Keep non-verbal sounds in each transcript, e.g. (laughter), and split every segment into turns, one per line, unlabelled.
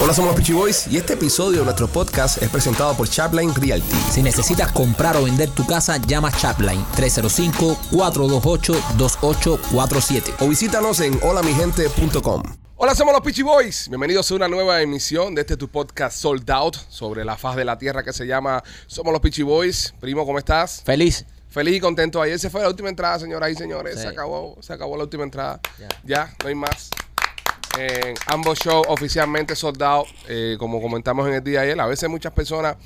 Hola, somos los Peachy Boys y este episodio de nuestro podcast es presentado por Chapline Realty.
Si necesitas comprar o vender tu casa, llama Chapline 305-428-2847.
O visítanos en holamigente.com. Hola, somos los Peachy Boys. Bienvenidos a una nueva emisión de este tu podcast Sold Out sobre la faz de la tierra que se llama Somos los Peachy Boys. Primo, ¿cómo estás?
Feliz.
Feliz y contento. Ayer se fue la última entrada, señoras y señores. Se acabó, se acabó la última entrada. Ya, no hay más. En ambos shows oficialmente soldados, como comentamos en el día de ayer. A veces muchas personas.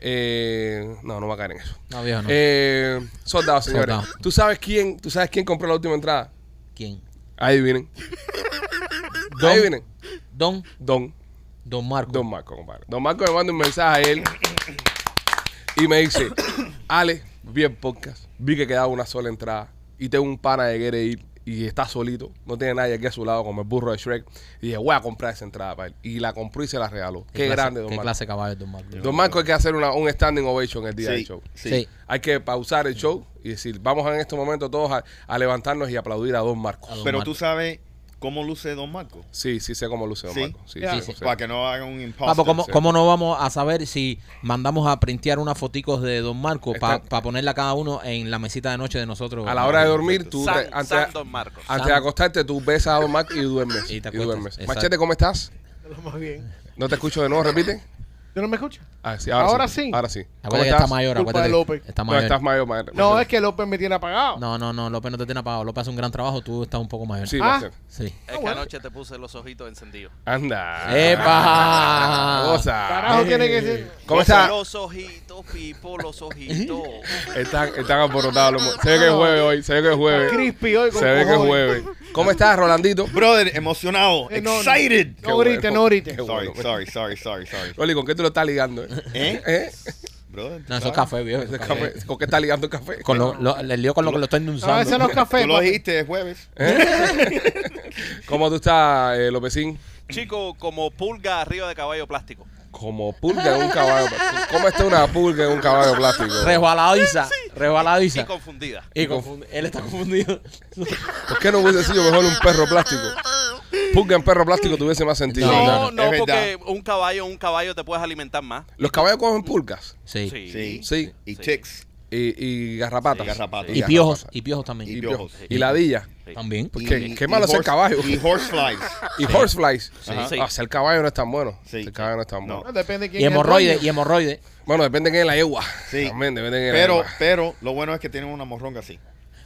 eh, no, no va a caer en eso.
No, viejo, no.
Eh, soldados, señores.
Sold out.
¿Tú sabes quién? ¿Tú sabes quién compró la última entrada?
¿Quién?
Ahí
(laughs)
vienen.
Don.
Ahí vienen.
Don,
Don.
Don Marco.
Don Marco, compadre. Don Marco me manda un mensaje a él y me dice, (coughs) Ale, vi el podcast, vi que quedaba una sola entrada y tengo un pana que quiere ir y está solito, no tiene nadie aquí a su lado como el burro de Shrek. Y dije, voy a comprar esa entrada para él. Y la compró y se la regaló. Qué,
clase-
grande, Don
Qué
Marco.
clase de caballo, Don Marco.
Don Marco hay que hacer una- un standing ovation el día del
Sí,
show.
sí.
Sí.
Hay que pausar el show y decir, vamos en este momento todos a, a levantarnos y aplaudir a Don Marco.
A Don
Pero
Marco.
tú sabes cómo luce Don Marco.
Sí, sí sé cómo luce Don
Sí,
Marco. Sí,
Ya,
sí,
sí.
sí.
para que no haga un imposter.
Papo, ¿cómo,
sí.
cómo no vamos a saber si mandamos a printear unas foticos de Don Marco para
Está-
ponerla cada uno en la mesita de noche de nosotros?
A la hora de dormir, tú
San,
te- antes-
San Don Marcos.
Antes de Ah, acostarte, tú besas a Don Marco y duermes.
Y
Y,
te acuestas,
duermes.
exacto.
Machete, ¿cómo estás?
Lo más bien.
No te escucho de nuevo, repite.
¿Tú no me escuchas?
Ah, sí, ahora,
Ahora
sí.
sí.
Ahora sí.
Acuérdate que está mayor,
Culpa
acuérdate.
de López.
Está
No,
mayor.
estás mayor, madre.
No, es que López me tiene apagado.
No, no, no, López no te tiene apagado. López hace un gran trabajo, tú estás un poco mayor.
Sí,
Ah.
va a ser.
Sí.
Es que
bueno.
anoche te puse los ojitos encendidos.
Anda. (laughs)
¡Epa!
Cosa.
Carajo, tiene que ser.
¿Cómo está?
Los ojitos, Pipo, los ojitos.
Están, están alborotados. los mo- Se ve que es jueves hoy. Se ve que es jueves.
Crispy hoy. con
Se ve que es
cojones.
jueves. ¿Cómo estás, Rolandito?
Brother, emocionado,
Eh, no, no.
excited.
Qué
No grite,
bueno.
no grite.
Qué
Sorry,
bueno.
sorry, sorry, sorry, sorry.
Rolly, ¿con qué tú lo estás ligando? (laughs) eh?
¿Eh?
¿Eh?
Brother,
No, eso es
¿sabes?
café, viejo. eso
¿Ese
es
café?
café.
¿Con qué estás ligando el café?
Con lo, lo- el lío con lo que lo estoy
No,
endulzando.
ese no
(laughs)
es café.
Tú lo
papi.
dijiste es jueves.
Eh, ¿Cómo tú estás, eh, Lópezín?
Chico, como pulga arriba de caballo plástico.
Como pulga en un caballo. ¿Cómo está una pulga en un caballo plástico?
Resbaladiza,
Y
resbaladiza.
confundida.
Y confunde- Él está confundido.
¿Por qué no hubiese sido mejor un perro plástico? Pulga en perro plástico tuviese más sentido.
No,
No,
no, no,
no,
es
porque un caballo, un caballo te puedes alimentar más.
Los caballos comen pulgas.
Sí.
Sí.
Sí.
Sí.
Y
Sí.
chicks.
Y, y garrapatas.
Y garrapatas.
Y
garrapatas.
piojos, y piojos también.
Y
Y piojos.
piojos.
Y ladillas.
Sí.
También.
Pues
y-
qué- qué
y
malo es el
horse-
caballo.
Y
(laughs)
horseflies.
Y horseflies.
Sí.
Ajá.
Sí.
Ah, si el caballo no es tan bueno.
Sí.
El caballo no es tan
No.
bueno.
No, depende de quién
Y
es el
hemorroides, y
dueño.
hemorroides.
Bueno, depende de quién es la yegua.
Sí.
También depende de quién es la
Pero,
yegua.
pero lo bueno es que tienen una morronga así.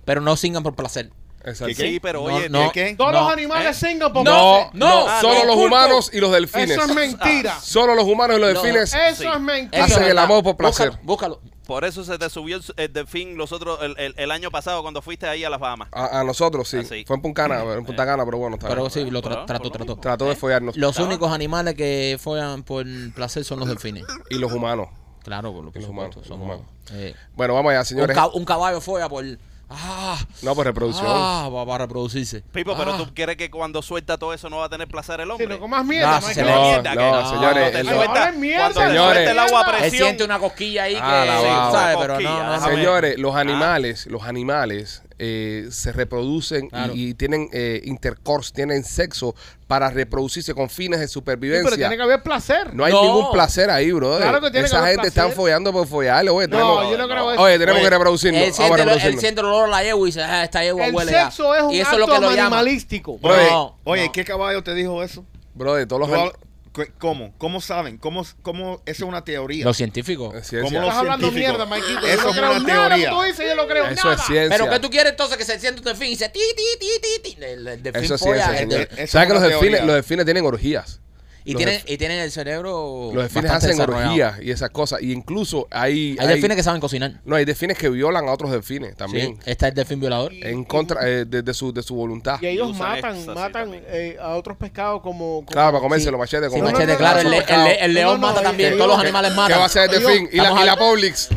Pero no singan por placer.
Exacto.
¿Qué,
Sí, pero
No,
oye, eh,
no.
tiene que-
¿Qué?
Todos
No.
los animales singan por
No, Ah, no,
placer.
No,
Ah, solo
no,
los
culpo.
humanos y los delfines.
Ah, Eso es eh. mentira.
Solo los humanos y los
No.
delfines.
Eso
Sí.
es
Hacen
mentira.
Eso es
el
verdad.
amor por placer.
Búscalo. búscalo.
por eso se te subió el, el delfín los otros, el, el- el año pasado cuando fuiste ahí a las Bahamas.
A, a nosotros, sí.
Ah, sí.
Fue en Punta Cana, en Punta Cana, pero bueno, está
Eh, Pero
bien.
sí, Eh, lo tra-
Bueno,
trató,
por lo
trató.
mismo.
Trató de follarnos.
Los únicos animales que follan por placer son los delfines.
Y los humanos.
Claro, por, por
Los
supuesto.
humanos,
somos-
los humanos.
eh,
Bueno, vamos allá,
un,
señores.
ca- un caballo folla por. ¡Ah!
No, por reproducción.
¡Ah! va- Para reproducirse.
Pipo, pero
Ah.
tú quieres que cuando suelta todo eso no va a tener placer el hombre.
Si no comas mierda,
No,
Michael.
se
Qué
lo-
No,
mierda, que
no, señores,
Cuando te
el-
suelta,
Ay, mierda,
cuando te
señores.
suelta el agua a
Él
Él
presión.
siente una cosquilla ahí que.
Ah, la
sí,
va,
¿sabes?
va.
Pero no, no,
Cosquilla,
déjame-
Señores,
Ah.
los animales, los animales eh, se reproducen y-
Claro.
y, tienen eh, intercourse, tienen sexo para reproducirse con fines de
Sí,
supervivencia.
Pero tiene que haber placer.
No hay
No.
ningún placer ahí, brother.
Claro que tiene que
Esa
haber
gente está
placer.
follando por follarle, oye,
No,
tenemos,
yo no creo eso.
oye, tenemos
Oye,
que reproducirnos.
Él
Vamos a
siente, el- él
reproducirnos.
siente el olor a la yegua y dice, ah, esta yegua
El
huele ya.
sexo es un
y eso es lo
acto
que lo llama.
animalístico.
Bro,
Brother,
No,
Oye,
no.
¿qué caballo te dijo eso?
Brother, todos los
Tú
an-
hablas- cu- ¿Cómo? ¿Cómo saben? ¿Cómo, cómo? Eso es una teoría.
Los científicos.
es Eh, ciencia.
¿Cómo lo-
Estás hablando
científicos.
mierda, Maikito. Yo
Eso
no
es
creo
una
nada
teoría.
que tú dices, yo no creo
Eso
nada.
es ciencia.
Pero ¿qué tú quieres entonces que se siente un delfín y dice ti, ti, ti, ti, ti? El, el delfín
Eso es
folla,
ciencia,
el
señor.
del-
Eso es
¿Sabes que
una
los delfines,
teoría.
los delfines tienen orgías?
y,
Los
tienen,
delf-
y tienen el cerebro.
Los delfines
bastante
hacen
desarrollado.
orgías y esas cosas. Y incluso hay...
Hay delfines que saben cocinar.
No, hay delfines que violan a otros delfines
Sí,
también.
está el delfín violador.
En contra eh, de, de su, de su voluntad.
Y
Y
ellos
usan
matan,
éxtasis
matan
también.
eh, a otros pescados como. como-
Claro, para comerse los machetes.
Sí,
como-
machete,
no, no,
claro.
no,
el, le-
no,
el le- el
no,
león
no,
mata
no,
también.
no,
Todos los
no,
animales
¿Qué
matan.
va a hacer el delfín? Y
Vamos
la, y
a-
la Publix.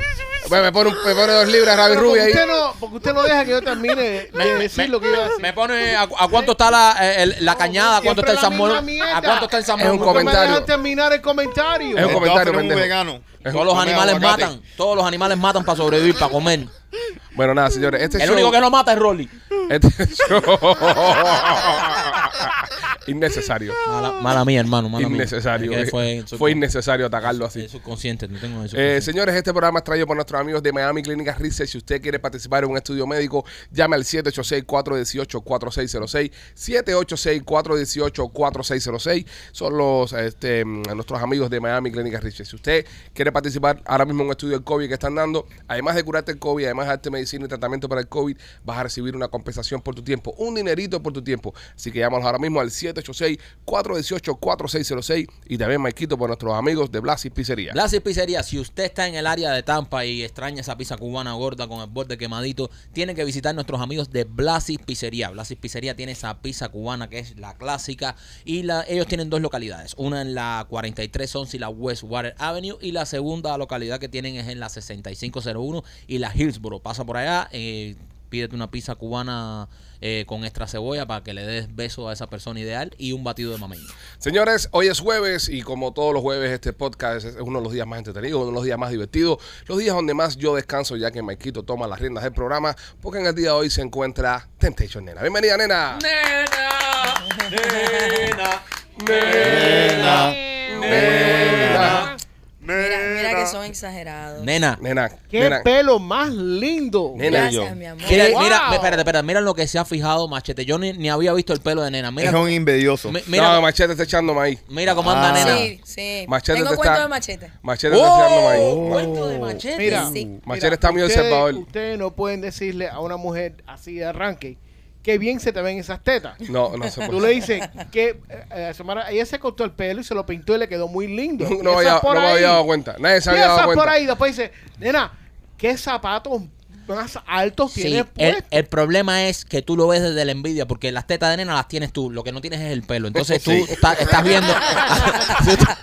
Me, me pone un- me pone dos libras, Ravi
Pero
Rubia
porque
ahí.
usted no, porque usted no deja que yo termine de, de decir lo que iba a decir.
Me pone a, a cuánto está la, eh, el- la cañada, a cuánto está
Siempre
el
la misma
salmón,
mierda.
a cuánto está el
Es un
salmón.
No me
comentario. Eh,
dejan terminar el comentario.
Es un
El
comentario,
Duffer es un
pendejo.
vegano.
Todos los
Come
animales
aguacate.
matan. Todos los animales matan para sobrevivir, para comer.
Bueno, nada, señores. Este
El
(laughs) show,
único que no mata es Rolly.
este show- Innecesario.
Mala, mala mía, hermano. Mala mía.
innecesario.
Es que
eh.
Fue,
Fue, innecesario atacarlo así.
es subconsciente, no tengo eso.
Eh, señores, este programa es traído por nuestros amigos de Miami Clínica Research. Si usted quiere participar en un estudio médico, llame al 786-418-4606. 786-418-4606. Son los este, mm, nuestros amigos de Miami Clínica Research. Si usted quiere participar ahora mismo en un estudio del COVID que están dando, además de curarte el COVID, además de darte medicina y tratamiento para el COVID, vas a recibir una compensación por tu tiempo, un dinerito por tu tiempo. Así que llámanos ahora mismo al 786-418-4606 y también, Maikito, por nuestros amigos de Blas y Pizzería.
Blasis Pizzería, si usted está en el área de Tampa y extraña esa pizza cubana gorda con el borde quemadito, tiene que visitar nuestros amigos de Blasis Pizzería. Blasis Pizzería tiene esa pizza cubana que es la clásica y la- ellos tienen dos localidades, una en la 4311 y la Westwater Avenue y la segunda localidad que tienen es en la 6501 y la Hillsboro. Pasa por allá, eh, pídete una pizza cubana eh, con extra cebolla para que le des beso a esa persona ideal y un batido de mamey.
Señores, hoy es jueves y como todos los jueves este podcast es uno de los días más entretenidos, uno de los días más divertidos, los días donde más yo descanso ya que Maikito toma las riendas del programa porque en el día de hoy se encuentra Temptation Nena. Bienvenida Nena.
Nena,
Nena.
Mira, mira que son exagerados.
Nena.
Nena.
¡Qué
nena.
pelo más lindo!
Nena.
Gracias, mi amor.
Mira,
¡Wow!
mira, espérate, espérate, mira lo que se ha fijado Machete. Yo ni, ni había visto el pelo de nena. Mira,
Es un invidioso.
mi-
No,
mira, Eh,
Machete está echando maíz.
mira cómo anda
Ah.
nena.
Sí, sí.
Machete
Tengo
te
cuento
está-
de machete.
Machete está echando maíz.
Cuento de Machete.
Oh. Mira.
Sí.
Machete está muy
ustedes-
observador.
Ustedes no pueden decirle a una mujer así de arranque que bien se te ven esas tetas.
No, no se
Tú le
puede.
dices que eh, Xiomara- ella se cortó el pelo y se lo pintó y le quedó muy lindo.
(laughs) (laughs) No,
Empiezas
había-
por
no me
ahí.
había dado cuenta. Nadie se había
Empiezas
dado
por
cuenta.
ahí después dice, nena, ¿qué zapatos más altos
Sí,
tienes
el,
puesto?
el problema es que tú lo ves desde la envidia, porque las tetas de nena las tienes tú, lo que no tienes es el pelo. Entonces tú
Sí.
está- estás viendo, (laughs) tú, estás-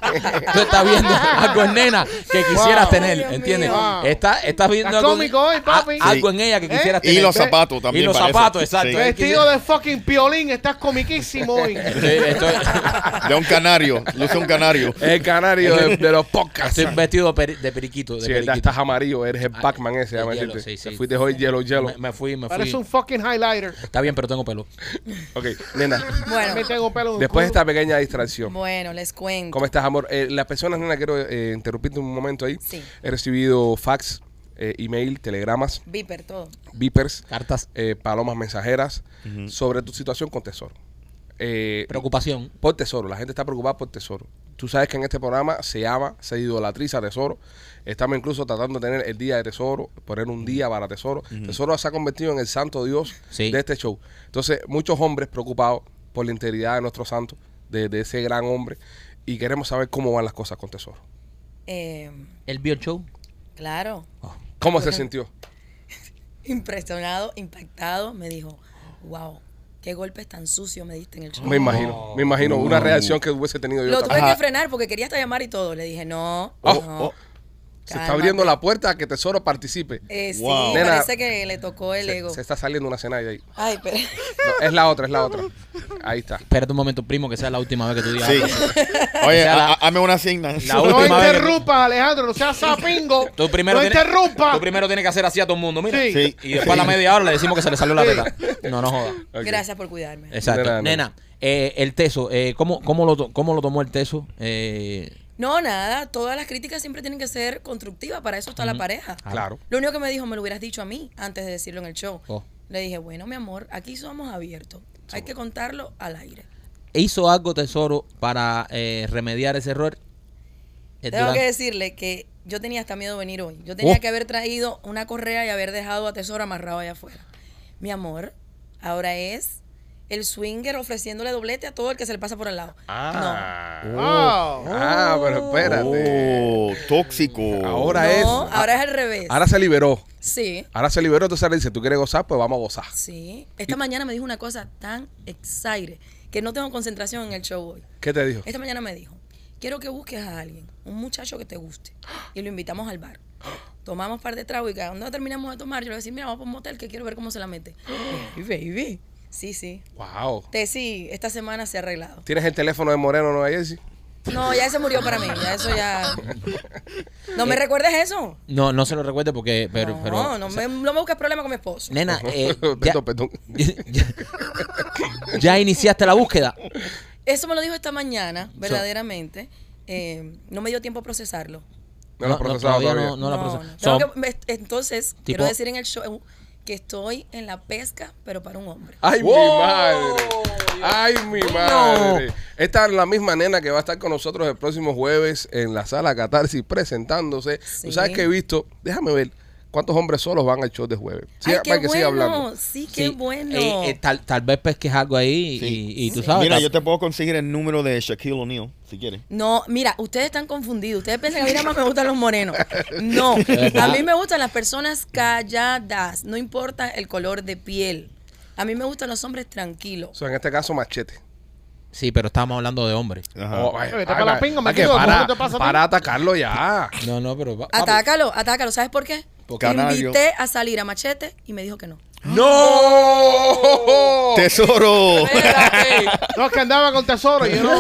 tú estás viendo algo en nena que quisieras
Wow.
tener,
Dios
¿entiendes?
mío. Wow.
Está- estás viendo
Estás
algo, en-
cómico hoy,
a-
papi. ¿Eh?
algo
Sí.
en ella que quisieras
Y
tener.
los zapatos también.
Y los
parece.
zapatos, exacto.
Sí.
Vestido de fucking piolín, estás comiquísimo
(laughs)
hoy. (laughs)
Sí, estoy,
De un canario. Luce
(laughs)
un canario.
Eh,
El canario de, de los
(laughs)
podcasts.
estoy vestido de, peri- de periquito. De
Sí,
periquito.
ya estás amarillo, eres el Pac-Man ese, ya
Ah, el
me
hielo,
dijiste.
sí, sí.
Te fuiste hoy hielo, hielo.
Me, me fui, me fui.
Parece un fucking
(laughs)
highlighter.
Está bien, pero tengo pelo.
Ok, nena.
También
Bueno,
tengo pelo en el
Después de
culo.
esta pequeña distracción,
bueno, les cuento.
¿cómo estás, amor? Eh, las personas, nena, quiero eh, interrumpirte un momento ahí.
Sí.
He recibido fax, eh, email, telegramas,
Viper, todo.
vipers,
Cartas.
eh, palomas mensajeras sobre tu situación con Tesoro. Eh,
Preocupación.
por Tesoro, la gente está preocupada por Tesoro. Tú sabes que en este programa se llama, se idolatriza Tesoro. Estamos incluso tratando de tener el día de Tesoro, poner un día para Tesoro. Tesoro se ha convertido en el santo Dios
Sí.
de este show. Entonces, muchos hombres preocupados por la integridad de nuestro santo, de, de ese gran hombre, y queremos saber cómo van las cosas con Tesoro.
Eh,
El vio el show.
claro.
¿Cómo se sintió?
Impresionado, impactado. Me dijo, wow, qué golpes tan sucios me diste en el show.
Me imagino, me imagino una reacción que hubiese tenido yo.
Lo
también.
tuve que frenar porque quería hasta llamar y todo. Le dije, no,
Oh,
no.
oh, se está
cálmate.
abriendo la puerta a que Tesoro participe.
Eh, sí,
Wow.
Nena,
parece que le tocó el
Se,
ego.
se está saliendo una cena de ahí.
Ay, pero...
No, es la otra, es la otra. Ahí está.
Espérate un momento, primo, que sea la última vez que tú digas.
Sí.
algo.
Oye,
sea, la-
ha- ha- hazme una signa.
La
No
última vez que-
interrumpas, Alejandro, no seas sapingo.
(laughs) Tú primero,
no
tienes,
interrumpas.
tú primero tienes que hacer así a todo el mundo, mira.
Sí.
Sí.
Y después a la media hora le decimos que se le salió la teta. No, no jodas.
(laughs) Ok.
Gracias por cuidarme.
Exacto.
De nada,
Nena, eh, el teso, eh, ¿cómo, cómo, lo, to- ¿cómo lo tomó el teso? Eh,
No, nada, todas las críticas siempre tienen que ser constructivas, para eso está la pareja.
Claro.
Lo único que me dijo, me lo hubieras dicho a mí antes de decirlo en el show.
Oh.
Le dije, bueno, mi amor, aquí somos abiertos, hay que contarlo al aire.
¿Hizo algo tesoro para eh, remediar ese error? Eh,
Tengo
durante-
que decirle que yo tenía hasta miedo de venir hoy. Yo tenía
Oh.
que haber traído una correa y haber dejado a Tesoro amarrado allá afuera. Mi amor, ahora es el swinger ofreciéndole doblete a todo el que se le pasa por al lado.
Ah.
Wow.
Ah, pero espérate.
Oh, tóxico.
Ahora
No,
es.
no, ahora es al revés.
Oh. Ahora se liberó.
sí.
Ahora se liberó. Entonces ahora dice: Tú quieres gozar, pues vamos a gozar.
Sí. Esta mañana me dijo una cosa tan exaire que no tengo concentración en el show hoy.
¿Qué te dijo?
Esta mañana me dijo, quiero que busques a alguien, un muchacho que te guste. Y lo invitamos al bar. Tomamos par de tragos y cuando terminamos de tomar, yo le voy a decir, mira, vamos para un motel que quiero ver cómo se
(gasps)
la mete. Baby, baby. Sí, sí.
Wow.
Te sí, esta semana se ha arreglado.
¿Tienes el teléfono de Moreno Nueva Jersey?
No, ya se murió para mí. Ya eso
(laughs)
ya. No me recuerdes eso.
No, no se lo recuerde porque... Eh, Pero,
no,
pero,
no, me, no me busques problema con mi esposo.
(laughs)
Nena, eh, ya,
perdón, perdón.
(laughs) ya- ya iniciaste la búsqueda.
Eso me lo dijo esta mañana, verdaderamente. Eh, no me dio tiempo a procesarlo.
No lo has procesado
todavía
todavía.
no- no la procesa.
tengo
So-
que- me- entonces,
Tipo-
quiero decir en el show que estoy en la pesca, pero para un hombre.
Ah,
¡Ay, mi
¡Wow!
madre! ¡Ay, mi madre! Esta es la misma nena que va a estar con nosotros el próximo jueves en la sala Catarsis presentándose. Tú
Sí.
sabes que he visto, déjame ver, ¿cuántos hombres solos van al show de jueves?
Ay,
Siga-
qué
para que siga
bueno,
hablando.
Sí, qué
Sí,
bueno.
eh, eh, tal, tal vez pesques algo ahí y-
Sí.
y, y tú sabes.
Mira,
tal-
yo te puedo conseguir el número de Shaquille O'Neal, si quieres.
No, mira, ustedes están confundidos. Ustedes piensan que a mí nada más me gustan los
(laughs)
morenos. No, a mí me gustan las personas calladas. No importa el color de piel. A mí me gustan los hombres
O
tranquilos.
sea, en este caso, machete.
Sí, pero estábamos hablando de hombres.
Ajá.
Oh, ay,
Vete
ay,
pa' la
ay,
pinga,
ay,
Marquito,
que
¿cómo
para,
te pasa a ti?
para atacarlo ya.
No, no, pero. va-
Atácalo, atácalo. ¿Sabes por qué? Porque
Canario.
invité a salir a Machete y me dijo que no.
(laughs) ¡No!
Tesoro.
(laughs)
eh,
No, es que andaba con tesoro. Yo no. (laughs)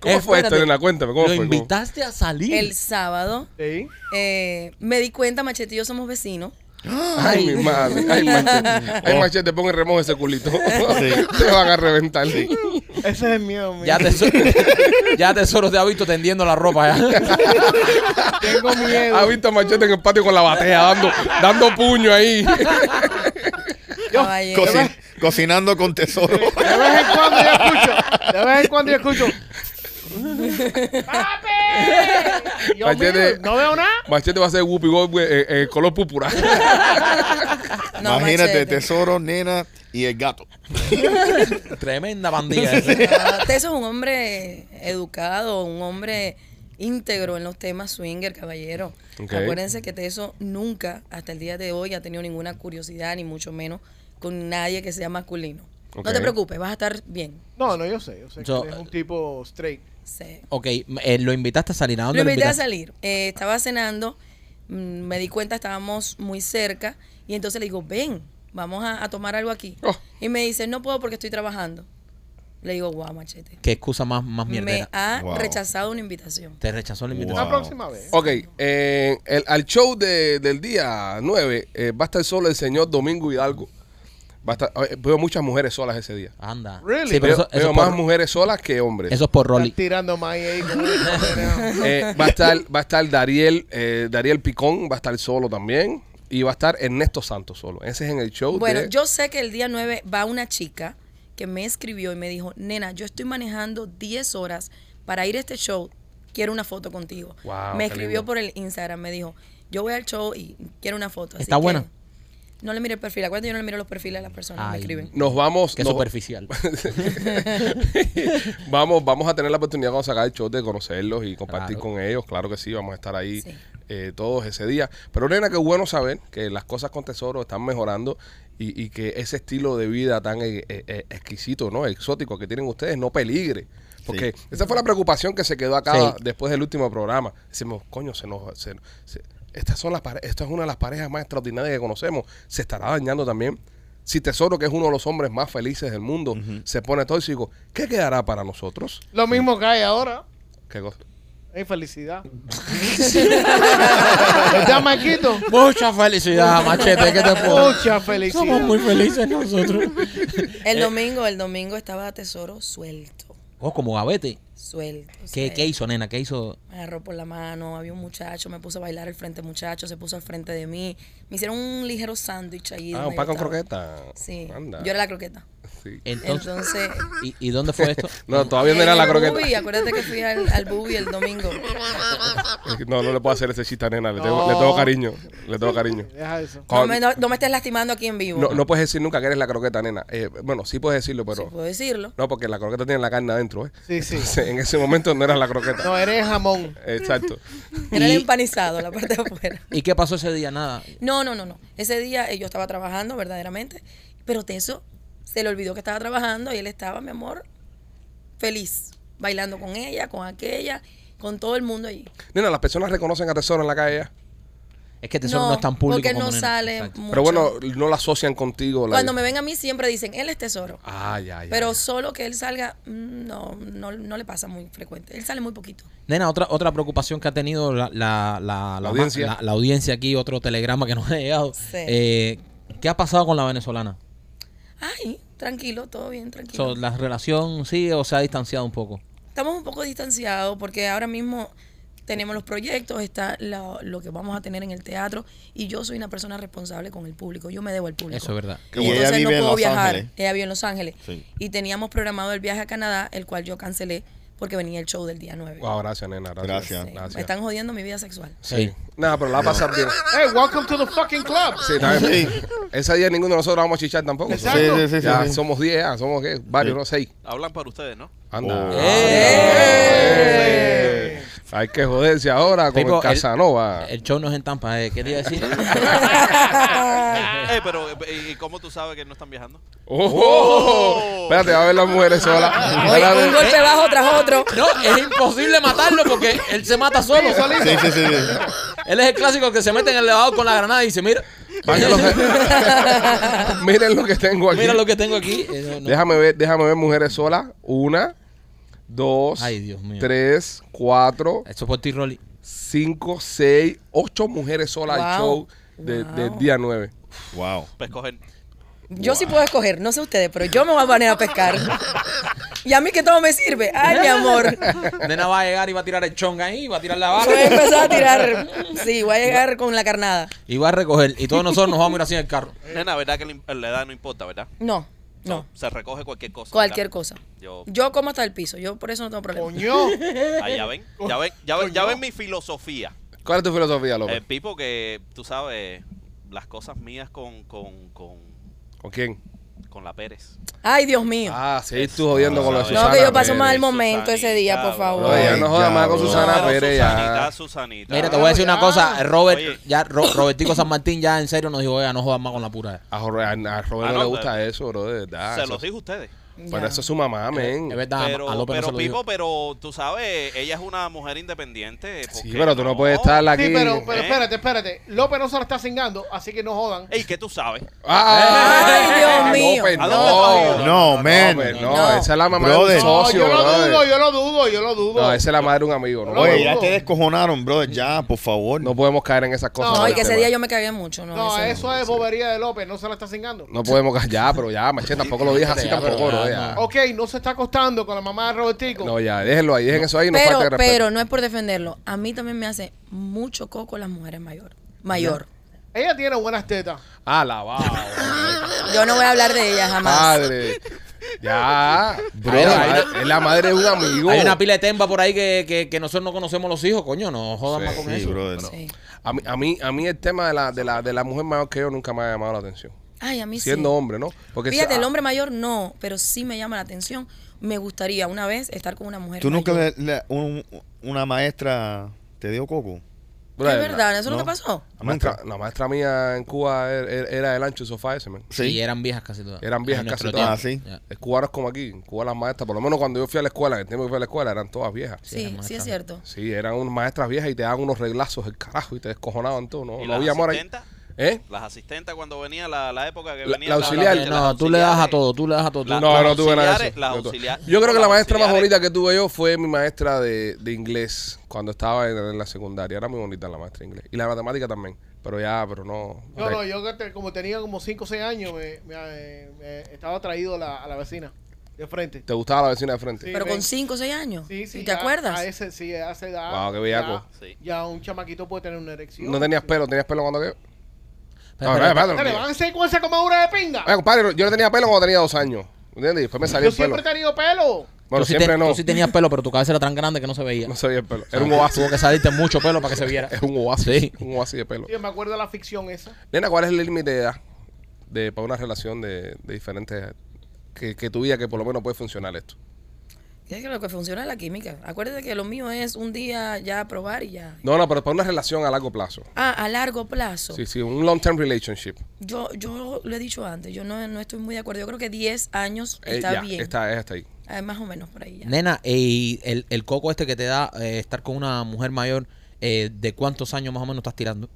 ¿Cómo fue esto,
Espérate,
nena? Cuéntame, ¿cómo
lo
fue? ¿Cómo?
invitaste a salir.
El sábado
Sí.
eh, me di cuenta, Machete y yo somos vecinos.
Ay, mi madre. Ay, machete.
(laughs)
Ay, machete, pon el remojo ese culito. (laughs) Te van a reventar.
Ese es el miedo mío.
(laughs)
Ya tesoro, (laughs) ya tesoro te ha visto tendiendo la ropa. Ya. (laughs)
Tengo
Ha
miedo.
visto a machete en el patio con la batea dando, dando puño ahí. (laughs)
Eh,
Caballero.
Coci- cocinando con tesoro.
De vez en cuando yo escucho. De vez en cuando yo
(laughs)
escucho. ¡Papi! Yo
Machete.
miro, no veo nada.
Machete va a ser Whoopi Goldberg eh, eh, color
(laughs)
púrpura.
No,
Imagínate,
Machete.
tesoro, nena y el gato.
Tremenda bandida. esa.
Ah, Teso es un hombre educado, un hombre íntegro en los temas swinger, caballero.
Ok.
Acuérdense que Teso nunca, hasta el día de hoy, ha tenido ninguna curiosidad, ni mucho menos con nadie que sea masculino.
Ok.
No te preocupes, vas a estar bien.
No, no, yo sé. Yo sé que
Yo-
es un tipo straight.
Sí.
Ok, eh, lo invitaste a salir. ¿A
Lo
dónde lo
invité a
invitaste?
salir. Eh, estaba cenando, mm, me di cuenta, estábamos muy cerca, y entonces le digo, ven, vamos a, a tomar algo aquí.
Oh.
Y me dice, no puedo porque estoy trabajando. Le digo, guau, machete.
¿Qué excusa más, más
Me
mierdera?
ha
Wow.
rechazado una invitación.
Te rechazó la invitación.
La
Wow.
próxima vez.
ok, eh, el- al show de- del día 9 eh, va a estar solo el señor Domingo Hidalgo. Va a estar, eh, veo muchas mujeres solas ese día.
Anda.
Really?
Sí, pero
Veo,
eso, eso
veo
es
más
por,
mujeres solas que hombres.
eso es por Rolly.
Están tirando más ahí. como que no tenemos.
Eh, va a estar, va a estar Dariel, eh, Dariel Picón, va a estar solo también. Y va a estar Ernesto Santos solo. Ese es en el show.
Bueno,
de-
yo sé que el día 9 va una chica que me escribió y me dijo, nena, yo estoy manejando 10 horas para ir a este show, quiero una foto contigo.
Wow, qué
me escribió
lindo.
por el Instagram, me dijo, yo voy al show y quiero una foto. así
¿Está
que
buena?
No le mire el perfil, acuérdate, yo no le miro los perfiles a las personas, me
(laughs)
Ay,
escriben.
Nos vamos.
Qué
nos-
superficial.
(laughs) vamos, vamos a tener la oportunidad cuando se acabe el show de conocerlos y compartir
Claro.
con ellos. Claro que sí, vamos a estar ahí
Sí.
eh, todos ese día. Pero nena, qué bueno saber que las cosas con Tesoro están mejorando y, y que ese estilo de vida tan eh, eh, eh, exquisito, ¿no? Exótico que tienen ustedes no peligre. Porque esa fue la preocupación que se quedó acá
Sí.
después del último programa. Decimos, coño, se nos... se- se- estas son las pare- esta es una de las parejas más extraordinarias que conocemos. Se estará dañando también. Si Tesoro, que es uno de los hombres más felices del mundo, se pone tóxico, ¿qué quedará para nosotros?
Lo mismo que hay ahora.
¿Qué cosa?
Hay felicidad. ¿Verdad, Marquito?
Mucha felicidad, Machete. ¿Qué te puedo
Mucha felicidad.
Somos muy felices nosotros.
Eh.
El domingo, el domingo estaba Tesoro suelto,
Oh, como gavete.
suelto.
¿Qué,
suelto.
¿Qué hizo, nena? ¿Qué hizo?
Me agarró por la mano, había un muchacho, me puso a bailar al frente del muchacho, se puso al frente de mí. Me hicieron un ligero sándwich allí.
Ah,
donde
un
yo
pan con
estaba.
croqueta.
Sí,
Anda.
yo era la croqueta.
Sí.
Entonces,
(laughs)
Entonces,
¿y, y dónde fue esto?
No, todavía no era
en
la
el
croqueta. (laughs)
Bubi, acuérdate que fui al, al Bubi el domingo.
No, no le puedo hacer ese chiste a nena. Le tengo,
No.
le tengo cariño. Le tengo cariño.
Deja eso.
No me, no- no me estés lastimando aquí en vivo.
No, no puedes decir nunca que eres la croqueta, nena. Eh, bueno, sí puedes decirlo,
Sí,
pero.
puedo decirlo.
No, porque la croqueta tiene la carne adentro, ¿eh?
Sí, sí.
Entonces, (laughs) En ese momento no era la croqueta.
No, eres jamón.
Exacto.
Era el
Y-
empanizado, la parte de afuera.
¿Y qué pasó ese día? Nada.
No, no, no, no. Ese día eh, yo estaba trabajando verdaderamente, pero Teso se le olvidó que estaba trabajando y él estaba, mi amor, feliz, bailando con ella, con aquella, con todo el mundo allí.
Nena, las personas reconocen a Tesoro en la calle ya.
Es que Tesoro no, es tan público
porque
como
no
nena.
sale
Exacto.
mucho.
Pero bueno, no la asocian contigo. la-
cuando me ven a mí siempre dicen, él es Tesoro.
Ah, ya, ya.
Pero
ya.
solo que él salga, mm, no, no, no le pasa muy frecuente. Él sale muy poquito.
Nena, otra, otra preocupación que ha tenido la, la, la, la-
audiencia.
la- la audiencia aquí, otro telegrama que nos ha llegado.
Sí.
Eh, ¿Qué ha pasado con la venezolana?
Ay, tranquilo, todo bien, tranquilo.
So, la relación sigue o se ha distanciado un poco.
Estamos un poco distanciados porque ahora mismo tenemos los proyectos, está la- lo que vamos a tener en el teatro y yo soy una persona responsable con el público, yo me debo al público.
Eso es verdad.
Qué
Y
bueno.
entonces
Ella
no
vive en
puedo
Los
viajar.
Ángeles.
Ella vive en Los Ángeles.
Sí.
Y teníamos programado el viaje a Canadá, el cual yo cancelé porque venía el show del día 9.
Wow, gracias, nena. Gracias.
Gracias.
Sí, Me están jodiendo mi vida sexual.
Sí.
Nada, pero la va a pasar bien.
Hey, welcome to the fucking club.
Sí, está bien.
Sí.
Ese día ninguno de nosotros vamos a chichar tampoco.
Exacto.
Sí, sí, sí. sí,
ya
sí.
somos 10, ya somos ¿qué? varios,
Sí.
no seis.
Hablan para ustedes, ¿no?
Anda.
Oh.
Eh. Hay que joderse ahora con
Tipo,
el
el-
Casanova.
El show no es en Tampa, eh, quería decir.
(laughs) Ah.
Eh, pero, eh, ¿y cómo tú sabes que no están viajando?
¡Oh! Espérate, va a ver las mujeres solas.
Oye, un
Espérate.
golpe bajo tras otro.
no, es imposible matarlo porque él se mata solo.
Sí, sí, sí, sí.
Él es el clásico que se mete en el elevador con la granada y dice, mira,
Van a los- Miren lo que tengo aquí.
(laughs) mira lo que tengo aquí. Eh, no, no.
Déjame ver, déjame ver mujeres solas. Una, dos,
Ay, Dios mío.
tres, cuatro,
Eso es por ti, Rolly.
cinco, seis, ocho mujeres solas al show
Wow.
de-
Wow.
del día nueve.
Wow.
Pues cogen.
Yo sí puedo escoger, no sé ustedes, pero yo me voy a poner a pescar. Y a mí que todo me sirve. Ay, mi amor.
Nena va a llegar y va a tirar el chonga ahí, va a tirar la
Voy a
barra
empezar a tirar. Sí, voy a llegar con la carnada.
y va a recoger. Y todos nosotros nos vamos a ir así en el carro.
Nena, ¿verdad que la im- la edad no importa, verdad?
No, no.
Se recoge cualquier cosa.
Cualquier
¿verdad?
cosa. (laughs)
Yo,
Yo como hasta el piso, yo por eso no tengo problema.
Coño.
ah, ya ven, ya ven, ya ven, ya ven mi filosofía.
¿Cuál es tu filosofía,
El
López?
Pipo, que tú sabes, las cosas mías con, con, con,
¿Con quién?
con la Pérez.
Ay, Dios mío.
Ah, sí, tú jodiendo con lo de
No,
Susana.
que yo paso
Pérez.
mal momento ese día, por favor.
No, ya no joda más con
Ay,
Susana
No,
Pérez ya.
Susanita, Susanita.
Mira, te voy a decir una
ya.
cosa. eh, Robert,
Oye.
ya Ro- Robertico San Martín ya en serio nos dijo, oiga, no jodas más con la pura.
A, Jorge- a- a Robert no,
Ah, no,
le gusta
pero-
eso, bro, de verdad.
Se
Eso-
los dijo a ustedes.
Pero eso es su mamá, men.
Es verdad,
Pero,
a López no
pero
se lo
Pipo,
dijo.
pero tú sabes, ella es una mujer independiente. ¿por
Sí,
qué
pero tú no puedes estar aquí.
Sí, pero, pero
¿Eh?
espérate, espérate. López no se la está cingando, así que no jodan.
Ey, ¿qué tú sabes?
¡Ah!
Ay, Dios
López,
mío. ¿A
no.
dónde
No, man.
López, no,
No.
esa es la mamá de un
Brother.
No,
socio,
yo lo
brother.
dudo, yo lo dudo, yo lo dudo.
No, esa es la madre de un amigo. No,
Oye,
podemos-
ya te descojonaron, brother. Ya, por favor.
no podemos caer en esas cosas.
No,
No,
en
y
Ay,
que
este
ese día
bar.
yo me cagué mucho, ¿no?
No,
ese
eso es bobería de López, no se la está cingando.
No podemos caer, ya, pero ya, maché, tampoco lo dije así
Ya, pero
tampoco,
ya,
bro, ya.
Ok, no se está acostando con la mamá de Robertico.
Ah. No, ya, déjenlo ahí, dejen eso ahí, no
pero,
falta de respeto.
pero no es por defenderlo. A mí también me hace mucho coco las mujeres mayor. Mayor.
Ella tiene buenas tetas.
Ah, la va,
(laughs) Yo no voy a hablar de ellas jamás.
Madre. Ya.
Bro,
Ay, la
hay
madre- es la madre de un amigo.
Hay una pila de temba por ahí que, que, que nosotros no conocemos los hijos, coño, no jodas
Sí,
más con
Sí,
eso.
brother.
Sí.
A mí, a mí, a mí el tema de la, de, la, de la mujer mayor que yo nunca me ha llamado la atención.
Ay, a mí
Siendo
sí.
hombre, ¿no? Porque
Fíjate,
si- ah,
el hombre mayor no, pero sí me llama la atención. Me gustaría una vez estar con una mujer
¿Tú nunca
mayor.
le, le- un- una maestra te dio coco?
Brother,
Es verdad, ¿eso no,
no.
te pasó?
La maestra,
Nunca.
la maestra mía en Cuba er- er- era el ancho sofá ese, man.
Y eran viejas casi todas.
Eran viejas
En nuestro
casi todas.
tiempo. Ya.
Ah,
El cubano es como aquí. En Cuba las maestras, por lo menos cuando yo fui a la escuela, en el tiempo que fui a la escuela, eran todas viejas.
Sí,
Sí,
jamás
sí es
jamás.
cierto.
Sí, eran unas maestras viejas y te daban unos reglazos del carajo y te descojonaban todo. No,
¿Y
no
las
había amor ahí.
asistentas?
¿eh?
Las asistentes cuando venía la, la época que
La-
venía
la auxiliar.
las
No, tú le das a
auxiliares.
todo, tú le das a todo.
La-
Tú-
no,
las
no tuve nada de
auxiliares,
eso.
las
No tuve-
auxiliares.
Yo creo que la
Las
maestra más
auxiliares.
bonita que tuve yo fue mi maestra de, de inglés cuando estaba en, en la secundaria. Era muy bonita la maestra de inglés. Y la matemática también. Pero ya, pero no.
No, no, yo que te- como tenía como 5 o 6 años, me, me- me- estaba atraído a la, a la vecina de frente.
¿Te gustaba la vecina de frente?
Sí,
Pero
ven.
con 5 o 6 años.
Sí, sí.
¿Y te
ya-
acuerdas?
A ese, sí, a esa edad.
Guau, qué bellaco.
Ya,
Sí.
ya un chamaquito puede tener una erección.
No tenías pelo, tenías pelo cuando que.
Pero-
No, no,
pero-
espérate,
Dale,
no,
van a hacer con esa comadura de pinga.
Oye, compadre, yo no tenía pelo cuando tenía dos años. ¿Entiendes? Y después me salió
Yo
el pelo.
siempre he tenido pelo.
Bueno,
tú sí
siempre
te-
no.
Tú sí tenías pelo, pero tu cabeza era tan grande que no se veía.
No sabía el pelo. Era
Ah,
un oasis.
Tuvo que salirte mucho
(laughs)
pelo para que se viera.
Era un oasis.
Sí.
Un oasis de pelo.
Sí, me acuerdo de la ficción esa.
Nena, ¿cuál es el límite de edad de, para una relación de, de diferentes. Que, que tu vida que por lo menos puede funcionar esto?
Es que lo que funciona es la química. Acuérdate que lo mío es un día ya probar y ya.
No, no, pero para una relación a largo plazo.
Ah, a largo plazo.
Sí, sí, un long term relationship.
Yo, yo lo he dicho antes, yo no, no estoy muy de acuerdo. Yo creo que 10 años
Eh,
está
ya,
bien.
Está, es hasta ahí.
Ah, más o menos por ahí ya.
Nena, eh, y el, el coco este que te da eh, estar con una mujer mayor, eh, ¿de cuántos años más o menos estás tirando?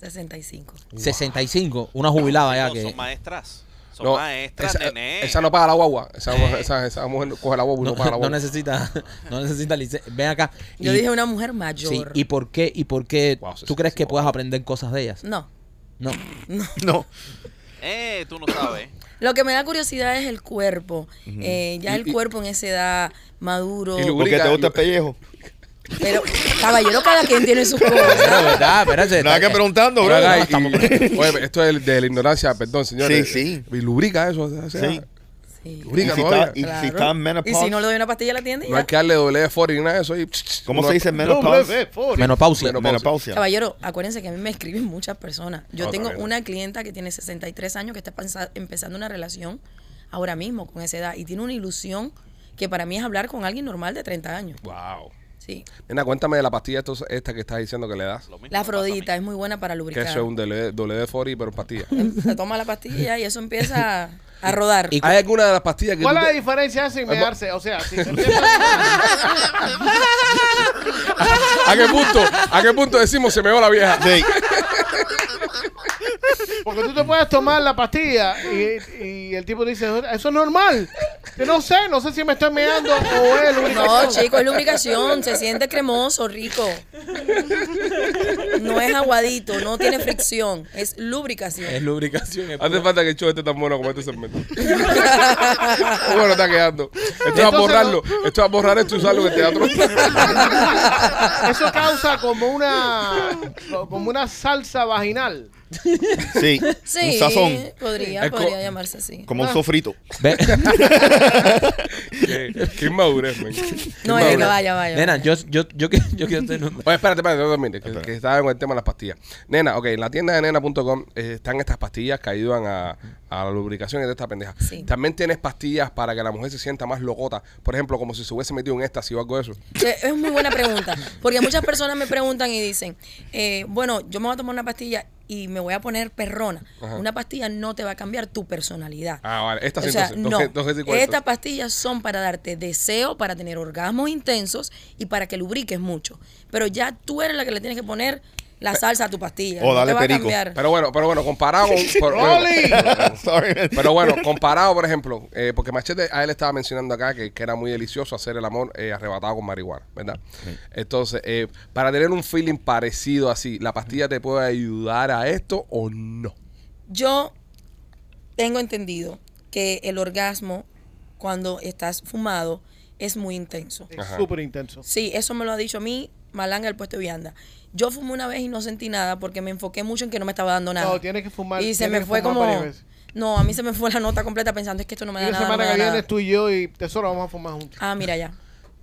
65.
65, una jubilada ya
No,
que...
Son maestras. Son
No,
maestras,
esa, eh,
nene.
esa no paga la guagua. Esa, esa, esa mujer coge la guagua y
Eh.
no,
No,
paga la
(laughs) no
guagua.
necesita, no necesita licencia. Ven acá.
Yo
Y-
dije una mujer
sí,
mayor.
¿y por qué? ¿Y por qué?
Wow,
¿Tú crees que
65.
puedas aprender cosas de ellas?
No.
No.
No.
(coughs)
Eh, tú no sabes.
Lo que me da curiosidad es el cuerpo. Eh, ya
Y-
el
y-
cuerpo en esa edad maduro.
y lo-
Porque te gusta el pellejo.
Pero, caballero, cada quien tiene sus
(laughs)
cosas.
Pero, ¿verdad? Espérate,
Nada
está-
que preguntando,
Pero
bro.
acá, y-
estamos-
oye, esto es de la ignorancia, perdón, señores.
Sí, sí.
Y lubrica eso. o sea,
Sí.
Sí,
Y si
Lubrica
está,
todavía.
y
claro.
si está en
Y
menopause,
si no le doy una pastilla a la tienda, y
No hay
ya.
que darle doble de 40 y nada de eso. y-
¿cómo se
No-
dice menopause?
Menopausia.
Menopausia.
Menopausia.
Menopausia.
Caballero, acuérdense que a mí me escriben muchas personas. Yo
Otra
tengo
vez.
una clienta que tiene 63 años que está pensa- empezando una relación ahora mismo con esa edad y tiene una ilusión que para mí es hablar con alguien normal de 30 años.
Wow.
Sí.
Nena, cuéntame de la pastilla estos- esta que estás diciendo que le das.
Lo mismo
La
me pasa a mí.
afrodita es muy buena para
Que
lubricar. Em,
eso es un WD-40, pero en pastilla.
Se toma la pastilla y eso empieza a-
(laughs)
a rodar.
Y-
¿Hay alguna de las pastillas que
¿Cuál
tú
es la
te-
diferencia sin mearse? O sea,
(laughs)
si se empieza
¿A qué punto? ¿A qué punto decimos se me va la vieja?
Sí.
Porque tú te puedes tomar la pastilla y, y el tipo dice, eso es normal. Yo no sé, no sé si me estoy meando o es
No,
lubricación.
chico, es lubricación, se siente cremoso, rico. No es aguadito, no tiene fricción, es
Es
lubricación.
lubricación. es
Hace
pura-
falta que el show esté tan bueno como este segmento. (laughs) Qué bueno está quedando. Esto es a
Entonces,
borrarlo. Esto es a borrar esto y usarlo en el teatro. (laughs)
Eso causa como una como una salsa vaginal.
(laughs) Sí. Ah.
Sí,
Un sazón.
podría,
Es co-
podría llamarse así.
Como un sofrito.
Ve-
(laughs)
Qué, qué inmadurez, men.
No, es que vaya,
(laughs)
vaya.
Nena, yo, yo, yo, que- yo quiero tener un-
Oye, espérate, espérate, no termine, que, que estaba con el tema de las pastillas. Nena, ok, en la tienda de nena.com eh, están estas pastillas que ayudan a, a la lubricación y de esta pendeja.
Sí.
También tienes pastillas para que la mujer se sienta más locota. Por ejemplo, como si se hubiese metido un éxtasis o algo de eso.
Eh, Es muy buena pregunta, porque muchas personas me preguntan y dicen, eh, bueno, yo me voy a tomar una pastilla y me voy a poner perrona.
Ajá.
Una pastilla no te va a cambiar tu personalidad.
Ah, vale, estas
O
sí,
sea,
entonces,
no.
entonces, entonces sí cuentas.
Estas pastillas son para darte deseo, para tener orgasmos intensos y para que lubriques mucho. Pero ya tú eres la que le tienes que poner la salsa a tu pastilla.
O
no
Oh, dale
te va
perico.
a cambiar.
Pero bueno, pero bueno,
(laughs)
comparado con... por-
¡Rolly!
(laughs) Sorry.
Pero bueno, comparado, por ejemplo, eh, porque Machete, a él estaba mencionando acá que, que era muy delicioso hacer el amor eh, arrebatado con marihuana, ¿verdad? Entonces, eh, para tener un feeling parecido así, ¿la pastilla te puede ayudar a esto o no?
Yo tengo entendido que el orgasmo cuando estás fumado es muy intenso.
Es
Ajá.
súper intenso.
Sí, eso me lo ha dicho a mí Malanga el puesto de vianda. Yo fumé una vez y no sentí nada porque me enfoqué mucho en que no me estaba dando nada.
No, tienes que fumar.
y se
tienes
me
que
fue
fumar
como...
varias veces.
No, a mí se me fue la nota completa pensando es que esto no me
Y
da
la
nada. no
semana
me
que
da
viene
nada".
es tú y yo y Tesoro vamos a fumar juntos.
Ah, mira ya.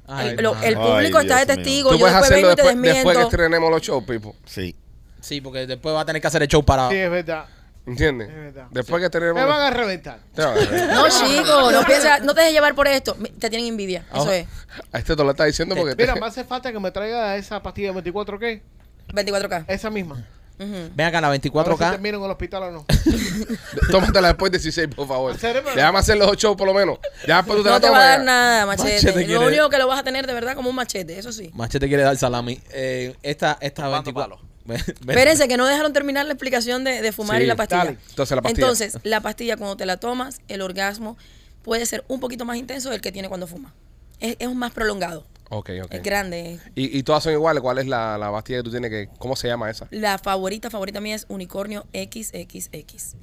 Ay,
el, lo-
no.
el público
Ay,
está de
Dios mío.
testigo.
Tú
Yo
puedes
después vengo
hacerlo
y te
después, después que
desmiento.
estrenemos los shows, Pipo.
Sí.
Sí, porque después va a tener que hacer el show
Ah.
para.
Sí, es verdad.
¿Entiendes?
Es verdad.
Después que
Me
(laughs)
van
estrenemos... eh,
a reventar.
Te van a-
No, chico, no piensa, no te dejes llevar por esto. Mi- Te tienen envidia, eso
Ojo.
es.
A este te lo está diciendo porque... te-
(laughs) Mira, me hace falta que me traiga esa pastilla de 24, ¿qué?
24K.
Esa misma.
Eh,
Ujú.
Ven acá, la
A ver si
24K.
termino en el hospital
(laughs)
o no.
(laughs) Tómatela después de 16, por favor.
Cerebro.
Déjame hacer los shows por lo menos. Ya después pues tú te
No
la
te
tomas.
va a dar
ya. (laughs)
nada, machete.
Machete
lo
quiere-
único que lo vas a tener de verdad como un machete, eso sí.
Machete quiere dar salami. Eh, esta esta
Tumbando
(laughs) 24.
palo.
Ven- ven.
Espérense que no dejaron terminar la explicación de, de fumar
Sí,
y la pastilla.
dale. Entonces, la pastilla.
Entonces, la pastilla, cuando te la tomas, el orgasmo puede ser un poquito más intenso del que tiene cuando fuma. Es, es más prolongado,
Ok, ok.
es grande. es-
Y, y todas son iguales. ¿Cuál es la, la pastilla que tú tienes que... ¿Cómo se llama esa?
La favorita, favorita mía es unicornio XXX.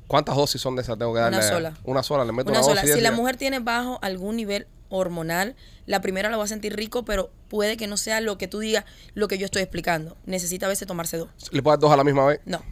¿Cuántas dosis son de esas? Tengo que
Una
darle.
sola.
Una sola, le meto una,
Una sola.
dosis. y
Si la
ya.
mujer tiene bajo algún nivel hormonal, la primera la va a sentir rico, pero puede que no sea lo que tú digas, lo que yo estoy explicando. Necesita a veces tomarse dos.
Le puedes dar dos a la misma vez.
No,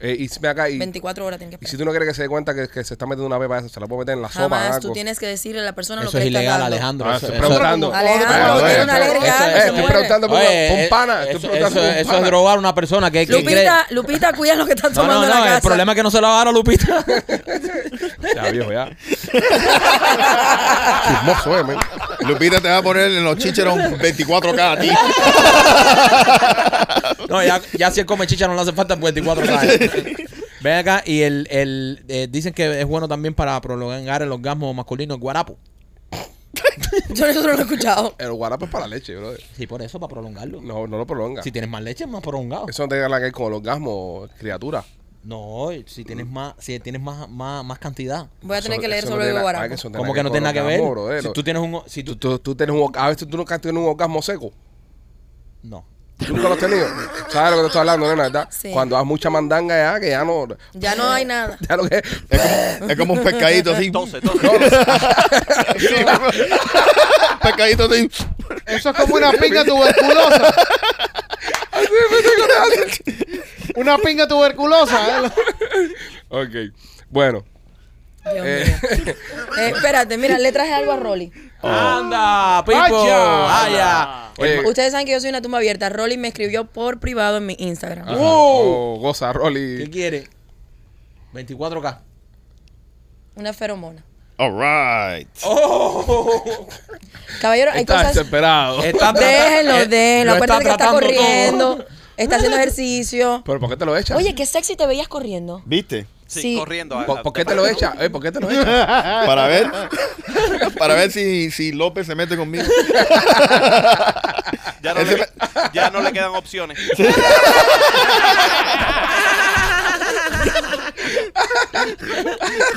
Eh, y ve acá y.
24 horas tiene que
y si
esperar.
tú no quieres que se dé cuenta que, que se está metiendo una pepa, eso se la puedo meter en la sopa.
Jamás
algo.
tú tienes que decirle a la persona
Eso
lo
es
que le estás
ilegal,
dando.
Alejandro.
Ah,
eso,
estoy
eso-
preguntando.
Alejandro,
Ah,
tiene
bueno.
una
Eso-
alergia.
eso-
se
Eh, estoy
muere.
preguntando por,
Oye,
por
eh,
un pana. Estoy
eso-
preguntando
eso,
por un
eso es
pana.
drogar a una persona que, que cree.
Lupita, Lupita, cuida lo que
(laughs)
estás
No,
tomando
no,
en la
no.
casa.
El problema es que no se la va a dar a Lupita.
(laughs) Ya, viejo, ya. Chismoso, eh, men.
Lupita te va a poner en los chicheros 24K a ti.
No, ya, ya si él come chicha no le hace falta 24 años. Ven acá y el, el eh, dicen que es bueno también para prolongar el orgasmo masculino el guarapo.
(laughs) Yo eso no lo he escuchado.
El guarapo es para la leche, brother.
Sí, por eso, para prolongarlo.
No, no lo prolonga.
Si tienes más leche, es más prolongado.
Eso no tiene nada que ver con el orgasmo, criatura.
No, si tienes más, si tienes más, más, más cantidad.
Voy a tener
Eso-
que leer
eso no
sobre
tiene
el
nada-
guarapo.
ay, eso
Como que no
ver
tiene nada que
con
ver.
orgasmo, brother.
Si tú tienes un, si tú,
Tú- tú- tú tienes un orga- A veces tú nunca tienes un orgasmo seco.
no.
Nunca lo has tenido. ¿Sabes lo que te estoy hablando, nena? ¿verdad?
Sí.
Cuando das mucha mandanga ya, que ya no.
Ya no
(laughs)
hay nada.
Ya lo que es.
Es como, (laughs) es como un pescadito así.
Entonces,
(laughs)
entonces.
pescadito así.
(laughs) Eso es como una
(laughs)
pinga tuberculosa. una pinga tuberculosa. ¿eh?
Ok. Bueno.
Dios
Eh.
mío. Eh, espérate, mira, le traje algo a Rolly.
Anda, Pipo.
Vaya.
Vaya.
Oye,
Ustedes saben que yo soy una tumba abierta. Rolly me escribió por privado en mi Instagram.
ajá.
Wow.
Oh, goza,
¿Qué
Rolly.
quiere? 24K.
Una feromona.
All right.
¡Oh!
Caballero, hay
Está
cosas.
desesperado.
Está
Déjenlo,
eh,
déjenlo.
lo está
Acuérdate que está
tratando
corriendo.
todo.
Está haciendo ejercicio.
¿Pero por qué te lo echas?
Oye, qué sexy te veías corriendo.
¿Viste?
Sí,
Sí.
corriendo. ah,
¿Por, por qué
de-
te lo echas? Eh, ¿Por qué te lo
(laughs)
echas?
Para ver.
(laughs)
Para ver si, si López se mete conmigo.
Ya no, le, ya no le
(laughs)
quedan opciones.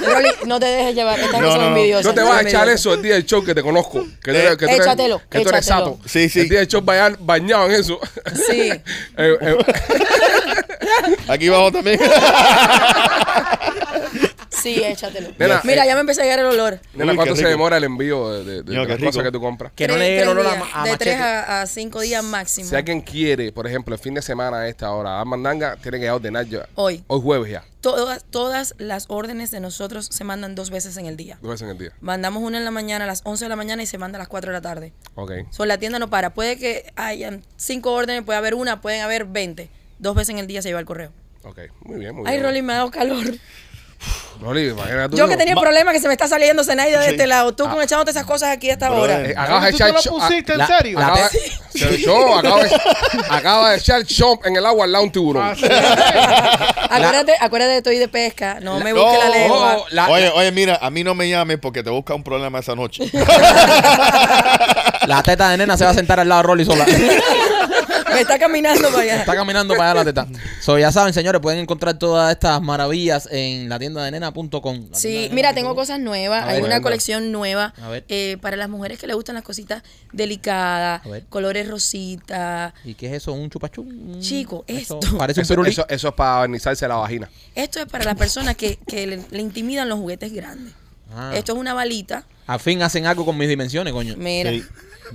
Rolly, no te dejes llevar. Estas
No,
cosas
no, no.
envidiosas.
No te vas a
son
echar
envidiosas.
eso el día del show que te conozco. Que, tú
Eh,
eres- que tú eres-
échatelo,
Que tú eres
échatelo.
sato.
Sí, sí.
El día del show baña- bañado en eso.
Sí.
(laughs)
(laughs)
Eh, eh,
(laughs) Aquí vamos también.
Sí, échatelo.
Nena,
Mira,
eh,
ya me empecé a llegar el olor.
nena,
Uy, qué
¿cuánto se
rico.
demora el envío de, de- de
Ño, qué
las cosas
rico.
que tú compras?
Que no
Tres-
le llegue el
tres
olor a,
días.
ma- a
De tres
machete.
a, a cinco días máximo.
Si alguien quiere, por ejemplo, el fin de semana a esta hora, a mandanga, tiene que ya ordenar ya.
Hoy.
Hoy jueves ya,
Todas, todas las órdenes de nosotros se mandan dos veces en el día.
dos veces en el día.
Mandamos una en la mañana a las 11 de la mañana y se manda a las 4 de la tarde.
Ok.
So, la tienda no para. Puede que hayan cinco órdenes, puede haber una, pueden haber 20. Dos veces en el día se lleva el correo.
Ok, muy bien, muy
Ay,
bien.
Rolly, me ha dado calor.
Rolly, imagínate tú. Eh,
Yo que tenía
Ma-
problemas que se me está saliendo Zenaida de
Sí.
este lado. Tú
Ah.
con echándote esas cosas aquí hasta ahora.
Eh,
(laughs)
Brother.
acabas de
¿Tú te
echar
lo
cho-
pusiste en
la-
serio?
la-
acaba- Se echó, acaba de, acaba de echar chomp en el agua al lado de un
Ah,
tiburón.
(laughs) Así es.
Acuérdate, acuérdate de estoy de pesca. No me
No.
busques la lengua.
Oh, la,
oye, oye, mira, a mí no me llames porque te busca un problema esa
(laughs)
noche.
la teta de nena se va a sentar al lado de
(laughs)
Rolly sola.
Me está caminando
(laughs)
para allá.
Está caminando para allá la teta. So, ya saben, señores, pueden encontrar todas estas maravillas en la tienda de nena.com.
Sí, mira, tengo cosas nuevas.
A
Hay
ver,
una
venga.
colección nueva
A ver.
eh, para las mujeres que les gustan las cositas delicadas,
A ver.
colores rosita.
¿Y qué es eso? ¿Un chupachú?
Chico,
Eso
esto.
Parece un
Eso,
pirulí.
eso- eso es para barnizarse la vagina.
Esto es para las personas que, que le, le intimidan los juguetes grandes.
Ah.
Esto es una balita.
Al fin hacen algo con mis dimensiones, coño.
Mira.
Sí.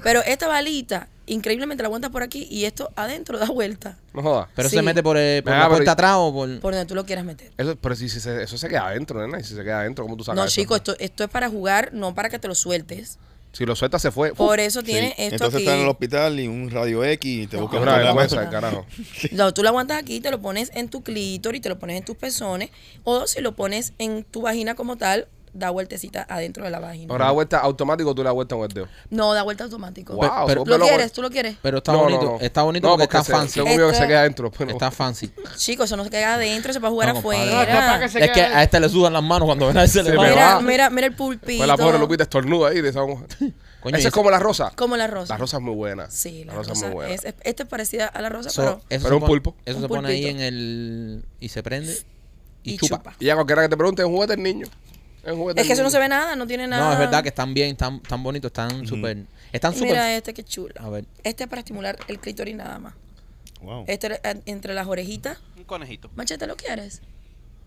Pero esta balita, increíblemente la aguantas por aquí y esto adentro (laughs) da vuelta
No jodas.
Pero
Sí.
se mete por, eh, por
Venga,
la
pero-
puerta atrás o por...
por donde tú lo quieras meter.
Eso, pero si, si se- eso se queda adentro, nena. Y si se queda adentro, ¿cómo tú sacas
No,
eso?
chico, esto, esto es para jugar, no para que te lo sueltes.
Si lo sueltas, se fue.
Por eso tiene
Sí.
esto
Entonces
aquí.
estás en el hospital y un radio X y te
No.
busca un
una
problema.
vergüenza, el carajo.
No, tú lo aguantas aquí, te lo pones en tu clítoris, te lo pones en tus pezones, o si lo pones en tu vagina como tal, da vueltecita adentro de la vagina.
Ahora da vuelta automático, tú le das vuelta con el dedo.
No, da vuelta automático.
Wow,
pero-
súper
¿Lo
loco.
quieres? ¿Tú lo quieres?
Pero está
No, no,
bonito.
no.
Está bonito
No,
porque, está
se-
fancy.
Según yo que se
Esto-
queda adentro. pues pero-
Está
(laughs)
fancy.
Chicos, eso no se queda adentro, se va a jugar
No, compadre.
No, capaz
afuera.
que se
es que
queda-
a este le sudan las manos cuando (laughs) ven a
Se
ese le
me
va.
va.
Mira, mira, mira el pulpito.
Pues la pobre Lupita estornuda ahí de esa mujer.
Coño,
Esa
y
es como la rosa.
Como la rosa.
La rosa es muy buena.
Sí, la,
rosa,
rosa.
es muy buena.
es, es- esta es parecida a la rosa,
Eso-
pero.
eso
Pero
se
un
pone-
pulpo.
Eso
Un
se pone ahí
pulpito.
en el... Y se prende y,
Y
chupa.
chupa.
Y a cualquiera que te pregunte, es un juguete del niño. Es, un juguete
Es
del
que eso no
niño.
se ve nada, no tiene nada.
No, es verdad que están bien, están, están bonitos, están súper... Están
Y Mira
súper... Ah,
este, qué chulo.
A ver.
Este es para estimular el clítoris nada más.
Wow.
Este es entre las orejitas.
Un conejito.
Machete, ¿lo quieres?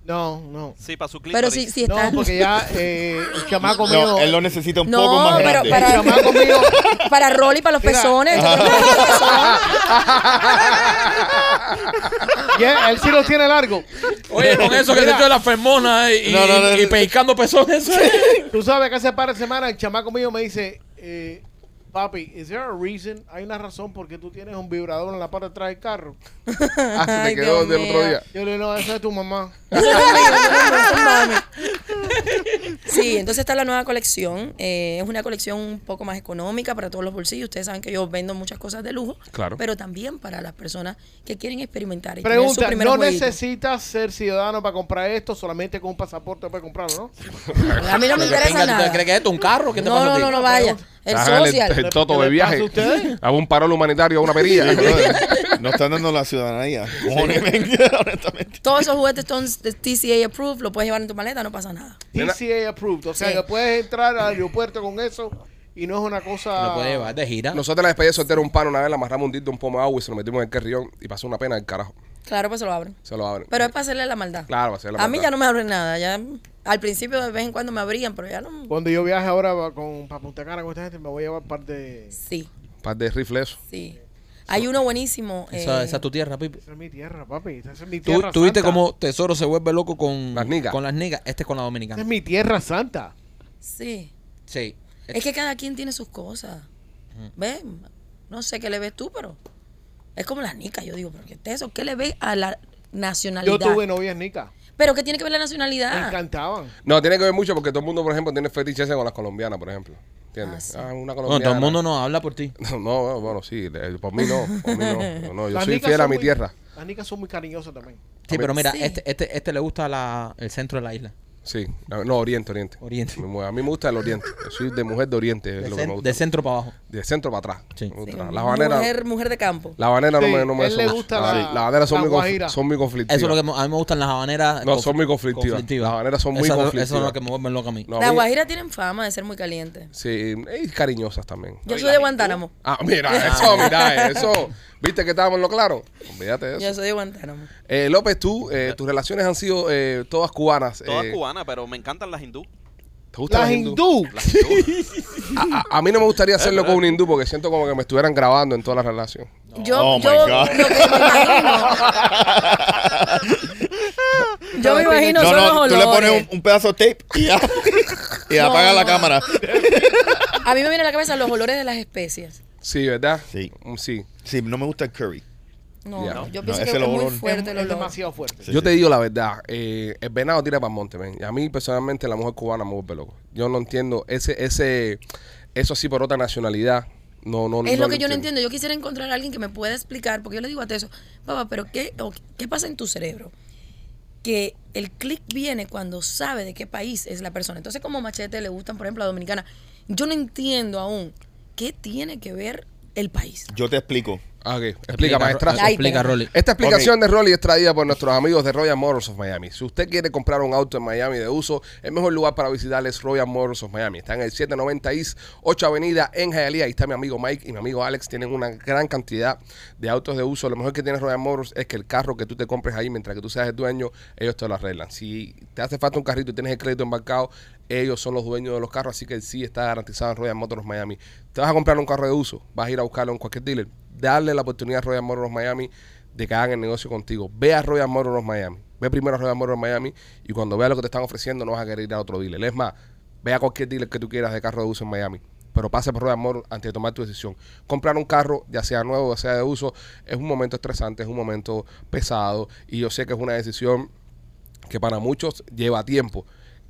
No, no.
Sí, para su
Pero
clítoris.
si, si
No,
está.
porque ya eh, el chamaco mío.
No, él lo necesita un poco (laughs)
No,
más
pero
grande.
El
para,
chamaco mío.
para Rolly, para los
(laughs)
Mira.
pezones. yo creo que-
ya, él sí lo tiene largo.
Oye, con eso que te echó la fermona y,
No, no, no,
y
no.
pellizcando pezones.
(laughs)
Tú sabes que hace par de semanas el chamaco mío me dice, eh, papi, is there a reason? ¿Hay una razón por qué tú tienes un vibrador en la parte de atrás del carro?
Ah, se
Ay,
te quedó
Dios
del otro
mío.
día.
Yo le digo, no, eso es tu mamá.
(laughs) Sí, entonces está la nueva colección. Eh, es una colección un poco más económica para todos los bolsillos. Ustedes saben que yo vendo muchas cosas de lujo.
Claro.
Pero también para las personas que quieren experimentar. Y tener su
Pregunta,
primer
¿no
jueguito.
necesitas ser ciudadano para comprar esto? Solamente con un pasaporte puedes comprarlo, ¿no?
A mí no me interesa
Venga, ¿tú te
nada.
crees que es esto un carro? ¿Qué te
no,
pasa a
no,
ti?
no, no vaya. El
Hágale El,
social.
el toto
¿Qué
de
le pasa
viaje.
a ustedes?
Hago un parol humanitario a una perilla.
(laughs)
No están dando la ciudadanía. Cojones, (laughs) honestamente.
Todos esos juguetes son de TCA approved. Lo puedes llevar en tu maleta, no pasa nada.
Nena.
TCA approved. O sea,
Sí.
que puedes entrar al aeropuerto con eso y no es una cosa.
Lo puede llevar de gira.
Nosotros en la despedida de soltero un pano una vez, le amarramos un dito a un pomo de agua y se lo metimos en el carrión y pasó una pena del carajo.
Claro, pues se lo abren.
Se lo abren.
Pero es para hacerle la maldad.
Claro, para hacerle la
A mí
maldad.
ya no me abren nada. Ya al principio de vez en cuando me abrían, pero ya no.
Cuando yo viaje ahora va con, para Punta Cana con esta gente, me voy a llevar parte de. Esa
Sí,
Un par de rifles. eso.
sí. Hay uno buenísimo.
Esa,
eh,
esa es tu tierra, Pipe.
es mi tierra, papi. Esa es mi
Tú,
tierra.
tú viste
santa.
cómo Tesoro se vuelve loco con
Las niggas.
Con las niggas. Este es con la
Esa es
dominicana.
mi tierra santa.
Sí.
Sí.
Es que cada quien tiene sus cosas. ¿Ves? No sé qué le ves tú, pero es como las nicas. Yo digo, ¿pero qué es eso? ¿Qué le ves a la nacionalidad?
Yo tuve novias nicas.
¿Pero qué tiene que ver la
Me
nacionalidad?
encantaban.
No, tiene que ver mucho porque todo el mundo, por ejemplo, tiene fetiches con las colombianas, por ejemplo. ¿Entiendes?
Ah, sí.
Ah, una
No,
colombiana.
todo el mundo no habla por ti.
(laughs) No, no, bueno, sí, eh, por mí no, por mí no. No, no,
(laughs)
yo
Las
soy
nicas
fiel a
son
mi
muy-
tierra.
Las nicas son muy cariñosas también.
Sí, pero mira,
Sí.
este, este, este le gusta la, el centro de la isla.
Sí, no, Oriente, Oriente.
Oriente.
Me mu- A mí me gusta el Oriente. Yo soy de mujer de Oriente, es
De,
lo que
cen-
me
de
gusta.
centro para abajo.
De centro para atrás.
Sí.
Me gusta.
Sí,
La banera,
mujer, mujer de campo.
la banera no
Sí,
me, no me
él le
son-
gusta
la,
la-
banera son,
la
muy conf-
guajira.
son muy conflictivas.
Eso es lo que me- a mí me gustan las habaneras.
No,
conf-
son muy conflictivas. Las habaneras son muy
Eso- Eso
conflictivas.
es lo que me vuelven loca a mí.
No, a
Las
mí-
guajiras tienen fama de ser muy calientes.
Sí, y cariñosas también.
Yo
y la
soy de
actitud.
Guantánamo.
Ah, mira, eso, mira, eso. ¿Viste que estábamos en lo claro? Olvídate de
Yo
eso.
soy de Guantánamo.
Eh, López, tú, eh, tus relaciones han sido eh, todas cubanas.
Todas
eh,
cubanas, pero me encantan
(laughs)
las hindú.
¿Te gustan
Las hindú.
Las hindú.
A, a- a mí no me gustaría hacerlo con un hindú porque siento como que me estuvieran grabando en toda la relación.
Yo,
Oh, my
yo,
God.
lo que me
(laughs)
imagino. yo me imagino
No,
son los
no, tú le pones
olores.
un, un pedazo de tape y,
(laughs)
ya- y
No.
apaga la cámara.
A mí me viene a la cabeza los olores de las especies.
Sí, ¿verdad?
Sí.
Mm, Sí.
Sí, no me gusta el curry.
No,
Ya.
yo
No,
pienso
ese es
que es
el
muy
olor.
es,
fuerte el
es
olor.
demasiado fuerte.
Yo te digo la verdad, eh, el venado tira para el monte, men. Y A mí personalmente la mujer cubana me vuelve loco. Yo no entiendo ese, ese, eso así por otra nacionalidad. No, no,
Es lo que yo no entiendo. Yo quisiera encontrar a alguien que me pueda explicar, porque yo le digo a Teso, papá, pero qué, o ¿qué pasa en tu cerebro? Que el clic viene cuando sabe de qué país es la persona. Entonces, como machete le gustan, por ejemplo, a Dominicana, yo no entiendo aún qué tiene que ver el país.
Yo te explico.
Ah, ok. Explica, maestra.
Ay,
Explica,
pero-
Rolly.
Esta explicación de Rolly es traída por nuestros amigos de Royal Motors of Miami. Si usted quiere comprar un auto en Miami de uso, el mejor lugar para visitar es Royal Motors of Miami. Está en el 790 East 8 Avenida en Hialeah. Ahí está mi amigo Mike y mi amigo Alex. Tienen una gran cantidad de autos de uso. Lo mejor que tiene Royal Motors es que el carro que tú te compres ahí, mientras que tú seas el dueño, ellos te lo arreglan. Si te hace falta un carrito y tienes el crédito embarcado, ellos son los dueños de los carros, así que sí está garantizado en Royal Motors Miami. Te vas a comprar un carro de uso, vas a ir a buscarlo en cualquier dealer. Darle la oportunidad a Royal Motors Miami de que hagan el negocio contigo. Ve a Royal Motors Miami. Ve primero a Royal Motors Miami y cuando veas lo que te están ofreciendo no vas a querer ir a otro dealer. Es más, ve a cualquier dealer que tú quieras de carro de uso en Miami. Pero pase por Royal Motors antes de tomar tu decisión. Comprar un carro, ya sea nuevo, ya sea de uso, es un momento estresante, es un momento pesado y yo sé que es una decisión que para muchos lleva tiempo.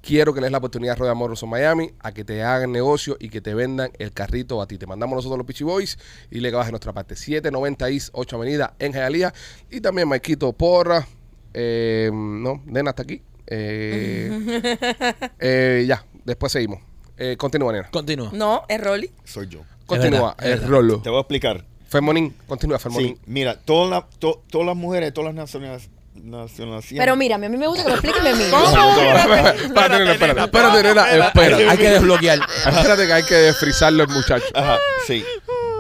Quiero que le des la oportunidad a Royal Motors of Miami a que te hagan negocio y que te vendan el carrito a ti. Te mandamos nosotros los Pichi Boys y le de nuestra parte. 790 East 8 Avenida en Jalía. Y también Maikito Porra. eh, no, nena hasta aquí. Eh, eh, ya, después seguimos. Eh, continúa, nena.
Continúa.
No, es Rolly.
Soy yo.
Continúa,
verdad, es
el
verdad.
rolo.
Te voy a explicar.
Fermonín, continúa, Fermonín.
Sí, mira, todas las to- todas las mujeres, todas las nacionalidades. nacionalidades-
Pero mírame, a mí me gusta que me expliquen (laughs) a
(laughs)
mí.
Espérate, nena, espérate, espérate, nena, espérate.
Hay que desbloquear.
Espérate que hay que desfrizarlo el muchacho.
Ajá, sí.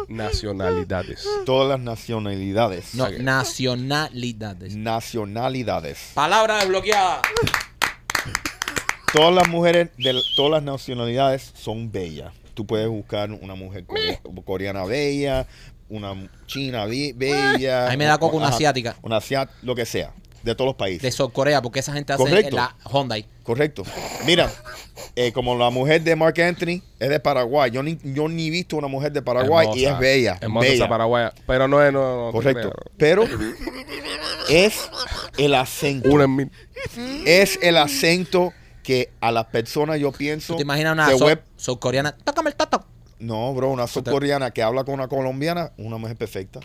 Nacionalidades.
Todas las nacionalidades.
No, nacionalidades.
Nacionalidades.
Palabra desbloqueada.
Todas las mujeres de todas las nacionalidades son bellas. Tú puedes buscar una mujer core- coreana bella, una china be- bella.
A mí me da coco una
Ajá,
asiática.
Una asiática, lo que sea, de todos los países.
De Corea, porque esa gente hace
Correcto.
la Hyundai.
Correcto. Mira, eh, como la mujer de Mark Anthony es de Paraguay. Yo ni, yo ni he visto una mujer de Paraguay y
Hermosa.
es bella.
Hermosa
bella.
esa paraguaya. Pero no es. No, no, no,
Correcto.
no,
Pero es el acento.
no. Una en mil.
Es el acento que a las personas yo pienso.
¿Tú te imaginas una
se
so-
vuel-
surcoreana? Tócame el toto.
No, bro, una subcoreana que habla con una colombiana, una mujer perfecta.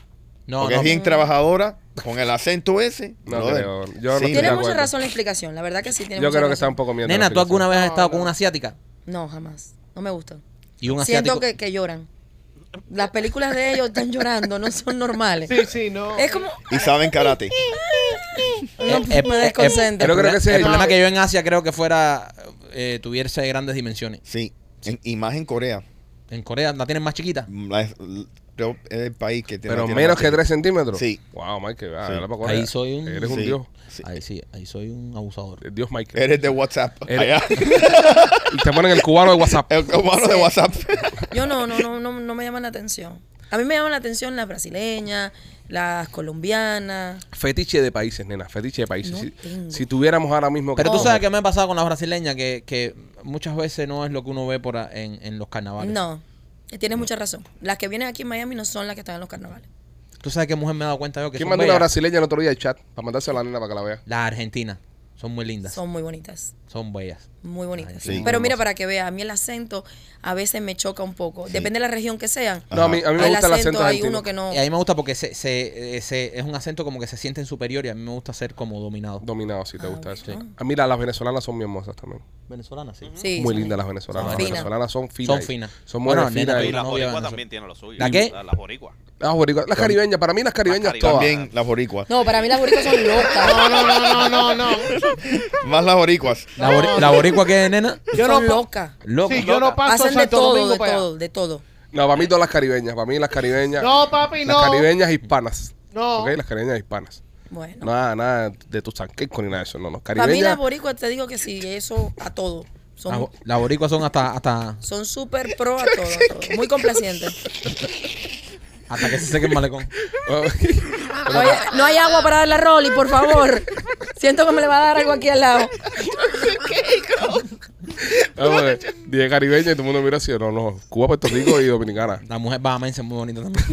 No,
Porque
no.
es bien trabajadora, con el acento ese.
No
brother.
creo, yo no
Sí,
estoy de
Tiene
mira,
mucha
acuerdo.
razón la explicación, la verdad que sí. Tiene
Yo
mucha
creo que está
razón.
un poco miedo.
Nena, ¿tú alguna vez has estado con una asiática?
No, jamás. No me gusta.
Y un asiático.
Siento que, que lloran. Las películas de ellos están llorando, no son normales.
Sí, sí, no.
Es como.
Y saben karate.
No,
Eh, eh,
me
eh,
desconcentra.
Yo creo que ese es
el
el-
problema que yo en Asia creo que fuera eh, tuviese grandes dimensiones.
Sí. En- y más en Corea.
En Corea la tienen más chiquita.
La- l- creo que es el país que tiene.
Pero
tiene
menos
más
que
tiempo.
3 centímetros.
Sí.
Wow, Mike.
Sí.
Ahí soy un-
Eres un
Sí.
dios.
Sí.
Ahí sí, ahí soy un abusador.
El Dios Mike.
Eres de WhatsApp.
Eres-
Allá.
(laughs) Y te ponen el cubano de
(laughs)
WhatsApp.
El humano de
(laughs)
WhatsApp.
Yo no, no, no, no, no me llaman la atención. A mí me llaman la atención las brasileñas, las colombianas.
Fetiche de países, nena. Fetiche de países.
No
si,
tengo.
si tuviéramos ahora mismo... que-
Pero tú
Oh.
sabes que me ha pasado con las brasileñas que, que muchas veces no es lo que uno ve por a- en, en los carnavales.
No, tienes mucha razón. Las que vienen aquí en Miami no son las que están en los carnavales.
Tú sabes que mujer me he dado cuenta yo que
¿Quién
son
mandó una
bellas?
brasileña el otro día al chat? Para mandársela a la nena para que la vea.
Las argentinas son muy lindas, son,
Son muy bonitas.
bellas.
Muy bonitas.
sí.
Pero mira, para que veas, a mí el acento a veces me choca un poco. Depende de la región que sea.
No, a mí, a mí me
Al
gusta el acento
hay
argentino.
uno que no.
Y a mí me gusta porque se, se- eh, se- es un acento como que se sienten superior y a mí me gusta ser como dominado.
Dominado, si te
Ah,
gusta
ok.
eso.
Sí.
Ah, mira, las venezolanas son muy hermosas también.
Venezolana, sí.
Sí,
muy
son-
lindas las venezolanas.
Son
las
finas.
venezolanas son finas.
Son finas.
Son buenas,
Bueno, nena,
finas.
Y
Una
las
novia
boricuas
venezolana.
también tienen lo suyo.
¿La qué?
Las las boricuas.
Las boricua- Ah, las caribeñas, para mí las caribeñas
Las caribeñas.
todas.
También las boricuas.
No, para mí las boricuas son locas.
No, no, no, no, no, no.
Más las boricuas.
¿La, bori- la boricua que es nena?
Yo
son
no, pa-
locas.
Loca.
sí, yo no paso
Hacen de
Santo
todo,
Domingo
de
para allá.
todo, de todo.
No, para mí todas las caribeñas. Para mí las caribeñas.
No, papi, no.
Las caribeñas hispanas.
No.
Ok, las caribeñas hispanas.
Bueno.
Nada, nada de tus sanquecos ni nada de eso. No, no.
Para mí
Caribeñas. (laughs)
las boricuas, te digo que sí, eso a todo.
Las
Son
bo- las boricuas son hasta, hasta,
(laughs)
son súper pro a todo, a todo. Muy complacientes.
hasta que se seque el malecón.
Ah,
No hay, no hay agua para darle a Rolly, por favor. Siento que me le va a dar algo aquí al lado.
Vamos a ver, Dije caribeña y todo el mundo mira así. No, no. Cuba, Puerto Rico y
(laughs)
Dominicana.
La mujer bahamense es muy bonita también.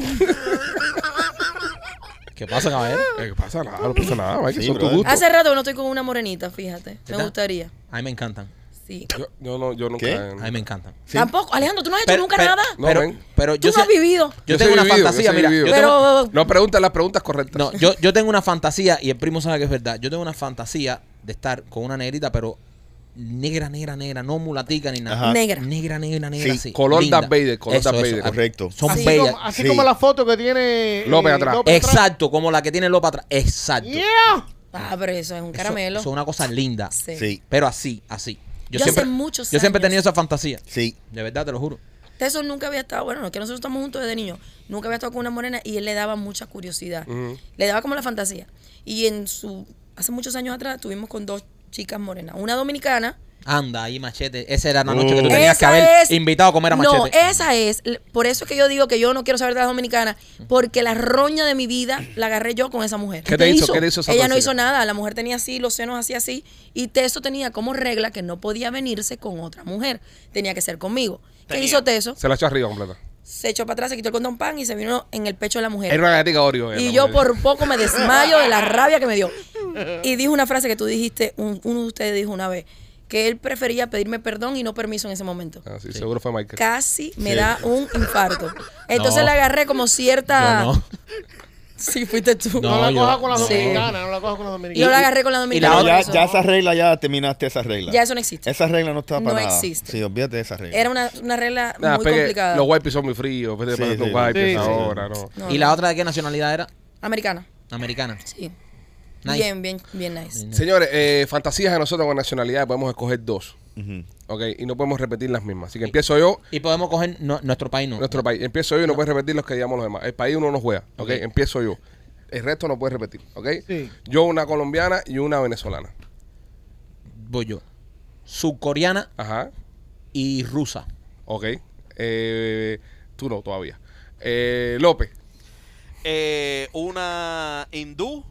¿Qué pasa, caballero?
Eh, ¿Qué pasa? Nada, no pasa nada. Mike,
Sí,
son tus
brother.
gustos.
Hace rato que no estoy con una morenita, fíjate. Me
¿Verdad?
gustaría.
A mí me encantan.
Sí.
Yo, yo no, yo nunca.
¿Qué?
A mí me encantan.
Sí.
Tampoco, Alejandro, tú no has hecho nunca nada.
No,
pero,
ven.
pero
tú
yo
no
sé-
has vivido.
Yo
Yo
tengo
soy
una
vivido, yo
fantasía,
soy
mira.
vivido.
yo
Pero-
tengo-
No pregunta las preguntas correctas.
no, yo, yo tengo una fantasía, y el primo sabe que es verdad. Yo tengo una fantasía de estar con una negrita, pero negra, negra, negra, no mulatica ni nada.
Ajá.
Negra.
Negra, negra, negra.
Sí.
así,
Color
linda.
Darth Vader, color
Eso,
Darth
eso,
Vader.
Correcto.
Son
así
bellas.
como, así
Sí.
como la foto que tiene eh,
López atrás.
López
Exacto, como la que tiene Lopa atrás. Exacto.
Yeah.
Ah, pero eso es un
Eso-
caramelo.
Eso es una cosa linda.
Sí.
Sí,
Pero así, así.
Yo hace
siempre,
muchos
Yo siempre he
años-
tenido esa fantasía.
sí.
De verdad, te lo juro.
Eso nunca había estado, bueno, no, que nosotros estamos juntos desde niños. Nunca había estado con una morena y él le daba mucha curiosidad.
Mm.
Ujú.
Le daba como la fantasía. Y en su, hace muchos años atrás estuvimos con dos chicas morenas. Una dominicana.
Anda, ahí machete. Esa era la noche
Uh.
que tú tenías que
Esa
haber
es-
invitado a comer a machete.
No, esa es. l- Por eso es que yo digo que yo no quiero saber de las dominicanas, porque la roña de mi vida la agarré yo con esa mujer.
¿Qué te hizo? ¿Qué te hizo esa
Ella no
tóxica?
hizo nada. La mujer tenía así, los senos así, así. Y Teso tenía como regla que no podía venirse con otra mujer. Tenía que ser conmigo. ¿Qué
Tenía.
hizo Teso?
Se la echó arriba completa.
Se echó para atrás, se quitó el condón pan y se vino en el pecho de la mujer.
Era una gatica Oreo. era
Y
una
yo
mujer.
por poco me
(laughs)
desmayo de la rabia que me dio. Y dijo una frase que tú dijiste, un- uno de ustedes dijo una vez, que él prefería pedirme perdón y no permiso en ese momento.
Ah, sí, seguro fue Michael.
Casi me
Sí.
da un infarto. Entonces
No.
le agarré como cierta...
Yo no.
(laughs) Sí, fuiste tú.
No, la
No,
coja
yo-
con la
Sí.
dominicana, no la coja con la
Yo
dominicana.
la agarré con la
y la
dominicana.
Pero
por
ya,
eso.
ya esa regla, ya terminaste esa regla.
Ya eso no existe.
Esa regla no está para
No
nada.
existe.
Sí, olvídate de esa regla.
Era una, una regla
Nada,
muy
pegue-
complicada.
Los wipes son muy fríos. pues, Vete
Sí,
pasando
sí.
wipes
Sí, sí.
ahora, ¿no?
No,
¿Y
no.
la otra de qué nacionalidad era?
Americana.
Americana.
Sí.
Nice.
Bien, bien, bien nice.
Señores, eh, fantasías de nosotros con nacionalidad podemos escoger dos.
Ujú.
Ok, y no podemos repetir las mismas. Así que empiezo yo,
Y podemos coger no- nuestro país, ¿no?
nuestro país. Empiezo yo y no puedes repetir los que digamos los demás. El país uno no juega. Ok, empiezo yo. El resto no puedes repetir. Ok,
Sí.
yo una colombiana y una venezolana.
Voy yo. Subcoreana
Ajá,
y rusa.
ok. Eh, tú no, todavía. Eh, López,
Eh, una hindú.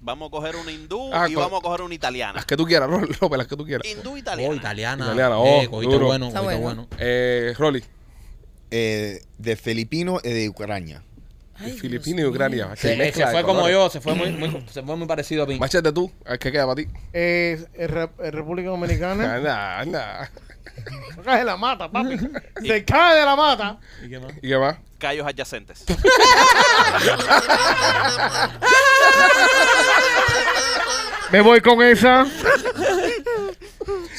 Vamos a coger una hindú
Ah,
y
con-
vamos a coger una italiana.
las que tú quieras, (laughs) Ro- López, las que tú quieras.
Hindú
Oh,
italiana.
italiana.
Italiana, oh,
Eh, cogiste
duro.
bueno,
Está
cogiste
bueno.
bueno.
Eh, Rolly,
Eh, de filipino y de ucrania.
Ay, Dios
Filipino y
mío.
Ucrania.
Se,
Qué
eh,
mezcla
se
de
fue como
colores.
yo, se fue muy,
(clears throat)
muy- se fue muy parecido a mí.
Machete tú, el que queda para ti.
Eh, en Re- en República Dominicana.
Anda, anda.
Se cae de la mata, papi. Se cae de la mata.
¿Y qué más?
¿Y qué más?
Callos adyacentes.
Me voy con esa.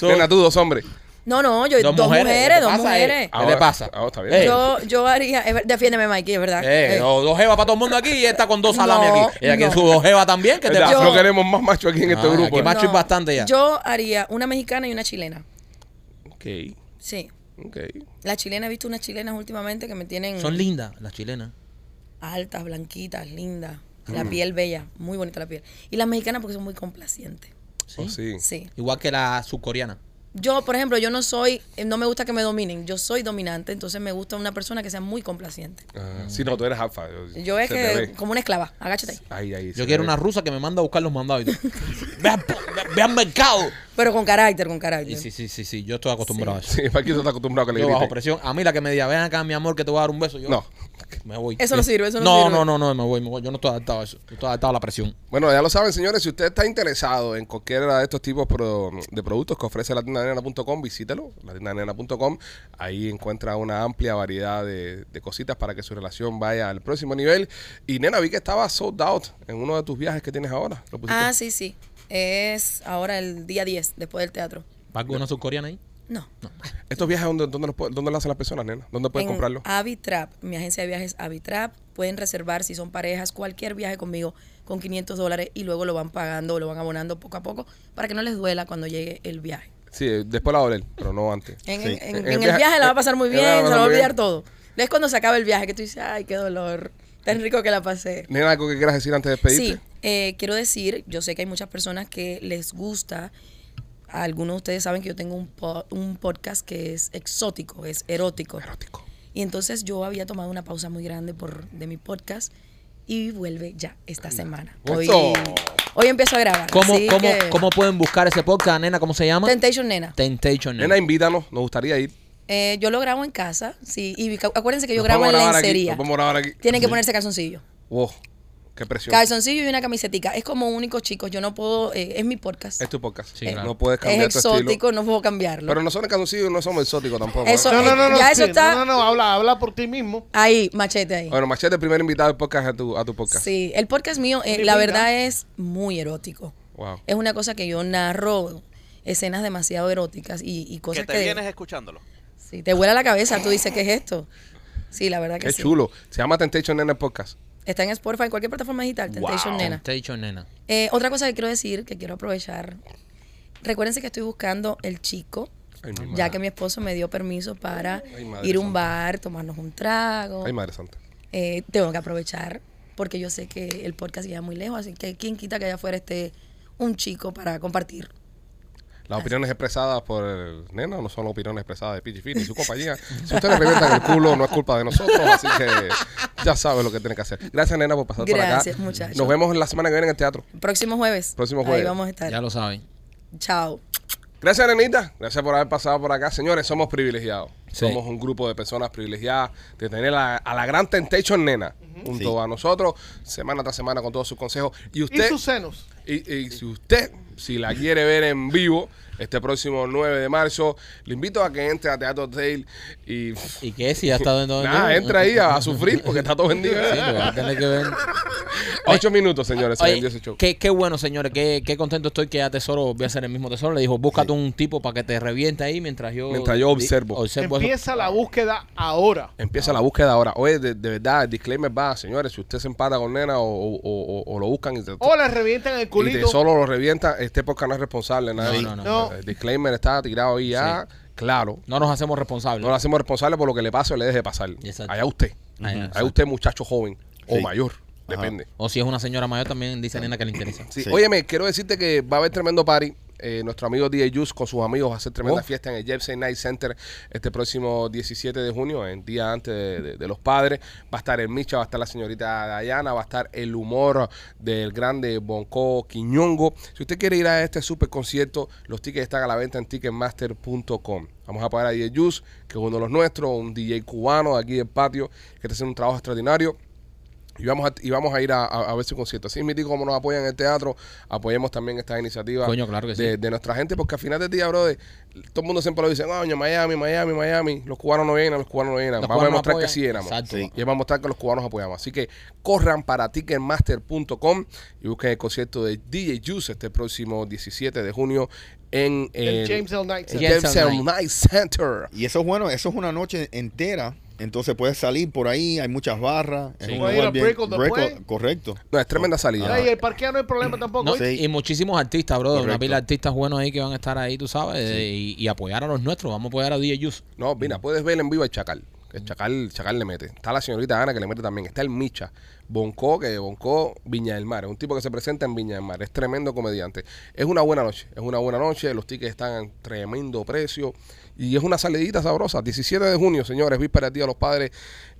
Nena, tú, dos hombres.
No, no, yo dos, mujeres,
¿qué
dos
pasa,
mujeres.
eh? ¿Qué le pasa?
Ah, está bien.
Eh,
Yo, yo haría, es ver- defiéndeme Mikey, es verdad.
Eh,
Eh.
no, dos jevas para todo el mundo aquí y esta con dos salames
No,
aquí. Ella quiere
no.
su dos jevas también. ¿Qué te
Verdad,
pasa?
yo-
No queremos más macho aquí en este
Ah,
grupo.
aquí
eh.
macho es bastante ya.
Yo haría una mexicana y una chilena.
Ok.
Sí.
Ok.
Las chilenas, he visto unas chilenas últimamente que me tienen
Son lindas las chilenas.
altas, blanquitas, lindas. La piel bella, muy bonita la piel. Y las mexicanas porque son muy complacientes.
Oh, sí.
Sí.
Igual que la surcoreana.
Yo, por ejemplo, yo no soy, eh, no me gusta que me dominen. Yo soy dominante, entonces me gusta una persona que sea muy complaciente.
Ah, sí, no, tú eres alfa.
Yo es
se te
que,
ve.
como una esclava, agáchate.
Ahí,
ahí.
ahí. se
Yo
te
quiero
ve.
una rusa que me manda a buscar los mandados. y todo. (laughs) ve, al, ve- ve al mercado.
Pero con carácter, con
Y
carácter.
sí, sí, sí, sí. Yo estoy acostumbrado a eso.
Sí, Paquito está acostumbrado a que le
Yo bajo
griten.
presión. A mí la que me diga, ven acá, mi amor, que te voy a dar un beso. Yo
No.
me voy.
Eso no sirve, eso no sirve.
No, no, no, no, me voy, me voy. Yo no estoy adaptado a eso. Yo estoy adaptado a la presión.
Bueno, ya lo saben, señores. Si usted está interesado en cualquiera de estos tipos pro- de productos que ofrece la tienda nena.com, visítelo, la tienda nena.com. Ahí encuentra una amplia variedad de, de cositas para que su relación vaya al próximo nivel. Y nena, vi que estaba sold out en uno de tus viajes que tienes ahora. Lo pusiste.
Ah, sí, sí. Es ahora el día 10, después del teatro.
¿Va con una surcoreana ahí?
No.
¿Estos viajes dónde, dónde, los puede- dónde lo hacen las personas, nena? ¿Dónde puedes
en ah.
comprarlo?
Avitrap, mi agencia de viajes Avitrap. Pueden reservar si son parejas cualquier viaje conmigo con 500 dólares y luego lo van pagando o lo van abonando poco a poco para que no les duela cuando llegue el viaje.
Sí, eh, después la va a oler, pero no antes.
En,
Sí.
En
en- en- en
viaje-
el viaje la va a pasar muy
en
bien,
el
se
viaje
la va
la
a
pasar muy
olvidar
bien.
todo. Es cuando se acaba el viaje que tú dices, ay, qué dolor, tan rico que la pasé.
Nena, ¿algo que quieras decir antes de despedirte?
Sí, eh, quiero decir, yo sé que hay muchas personas que les gusta. Algunos de ustedes saben que yo tengo un, po- un podcast que es exótico, es erótico.
Erótico.
Y entonces yo había tomado una pausa muy grande por de mi podcast y vuelve ya esta semana. Hoy,
Eso.
hoy empiezo a grabar.
¿Cómo,
así
cómo,
que-
¿Cómo pueden buscar ese podcast, nena? ¿Cómo se llama?
Temptation Nena.
Temptation.
Nena, invítanos, nos gustaría ir.
Eh, yo lo grabo en casa, sí. Y ca- acuérdense que yo
Nos
grabo
podemos
en
grabar aquí,
lencería.
nos podemos grabar aquí.
Tienen que
Sí.
ponerse calzoncillo.
Wow, qué presión.
Calzoncillo y una camisetica. Es como únicos, chicos. Yo no puedo. eh, es mi podcast.
Es tu podcast.
Sí, claro.
Eh, No puedes cambiar
es
tu estilo.
exótico, no puedo cambiarlo.
Pero nosotros en Canucillo no somos exóticos tampoco. ¿eh?
Eso-
No, no, no, no.
Ya
sí,
eso está-
No, no, no. Habla, habla por ti mismo.
Ahí, machete ahí.
Bueno, Machete, el primer invitado del podcast a tu, a tu podcast.
Sí, el podcast mío, eh, la verdad es muy erótico.
Wow.
Es una cosa que yo narro escenas demasiado eróticas y, y
Que
cosas
te
que
vienes escuchándolo.
sí, te vuela la cabeza. Tú dices, ¿qué es esto? Sí, la verdad que
Qué
sí.
chulo. Se llama Temptation Nena el podcast.
Está en Spotify, en cualquier plataforma digital, Temptation Nena.
Temptation, nena.
Eh, otra cosa que quiero decir, que quiero aprovechar. Recuérdense que estoy buscando el chico,
Ay, mi
ya
madre.
que mi esposo me dio permiso para
Ay, madre
ir a un
santa.
bar, tomarnos un trago.
Ay, madre santa.
Eh, tengo que aprovechar porque yo sé que el podcast llega muy lejos, así que quien quita que allá afuera esté un chico para compartir.
Las opiniones expresadas por el Nena no son las opiniones expresadas de Pichi Fini y su compañía. Si ustedes reventan el culo, no es culpa de nosotros. Así que ya sabes lo que tienen que hacer. Gracias, Nena, por pasar por acá.
Gracias, muchachos.
Nos vemos la semana que viene en el teatro.
Próximo jueves.
Próximo jueves.
Ahí vamos a estar.
Ya lo saben.
Chao.
Gracias, Nenita. Gracias por haber pasado por acá. Señores, somos privilegiados.
Sí.
Somos un grupo de personas privilegiadas de tener a, a la gran Temptation Nena junto
Sí.
a nosotros, semana tras semana, con todos sus consejos. Y
Y
usted,
sus senos.
y, y si usted, si la quiere ver en vivo, este próximo 9 de marzo, le invito a que entre a Teatro Tail y...
¿Y qué? Si ya está dentro
Nada, entra ahí a, a sufrir porque está todo vendido.
Sí, lo vas a tener que ver.
(laughs) Ocho minutos, señores, se
Oye,
vendió ese show.
qué, qué bueno, señores. Qué, qué contento estoy que a Tesoro voy a hacer el mismo Tesoro. Le dijo, búscate un tipo para que te reviente ahí mientras yo...
Mientras yo observo.
di- observo eso.
Empieza la búsqueda ahora.
Empieza la búsqueda ahora. Oye, de, de verdad, el disclaimer va, señores. Si usted se empata con nena o, o- o- o lo buscan y se,
O le revientan el
Y de
culito.
solo lo revienta, este podcast no es responsable, nada.
No, no, no.
No.
El disclaimer está tirado ahí ya, claro.
No nos hacemos responsables.
No lo hacemos responsable por lo que le pase o le deje pasar.
Exacto.
Allá usted.
Ajá,
Allá
exacto.
usted, muchacho joven o
Sí.
mayor,
Ajá.
depende.
O si es una señora mayor también dice nena que le interesa.
Sí.
Sí.
Óyeme, quiero decirte que va a haber tremendo party. Eh, nuestro amigo DJ Juice con sus amigos va a hacer tremenda
Oh.
fiesta en el Jefferson Night Center este próximo 17 de junio, el día antes de, de- de los padres. Va a estar el Micha, va a estar la señorita Dayana, va a estar el humor del grande Bonco Quiñongo. Si usted quiere ir a este super concierto, los tickets están a la venta en ticketmaster.com. Vamos a pagar a DJ Juice, que es uno de los nuestros, un DJ cubano de aquí del patio, que está haciendo un trabajo extraordinario. Y vamos a, y vamos a ir a, a- a ver su concierto. Así mítico como nos apoyan en el teatro, apoyemos también estas iniciativas
Coño, claro que sí.
de, de nuestra gente, porque al final del día, brother, todo el mundo siempre lo dice, coño, Miami, Miami, Miami, los cubanos no vienen, los cubanos no vienen.
Los
vamos a
cubanos
demostrar
apoyan.
que sí éramos.
Exacto.
Y vamos a mostrar que los cubanos apoyamos. Así que corran para ticketmaster.com y busquen el concierto de DJ Juice este próximo 17 de junio en
El James L. Knight
el
Center.
James L. Knight Center.
Y eso es bueno, eso es una noche entera Entonces puedes salir por ahí, hay muchas barras.
Sí.
Es un lugar
Puedes ir a
bien-
Brickell después.
Brickell, correcto.
No, es tremenda salida.
Ey, el parqueo no hay problema tampoco.
No,
¿oíste?
Sí.
Y muchísimos artistas, brother. Una
Correcto.
pila de artistas buenos ahí que van a estar ahí, tú sabes. Y, y apoyar a los nuestros. Vamos a apoyar a DJ Yus.
No, mira, puedes ver en vivo al Chacal. que El Chacal, Chacal le mete. Está la señorita Ana que le mete también. Está el Micha. Bonco, que Bonco Viña del Mar. Es un tipo que se presenta en Viña del Mar. Es tremendo comediante. Es una buena noche. Es una buena noche. Los tickets están en tremendo precio. Y es una salidita sabrosa. 17 de junio, señores. Víspera del Día de los Padres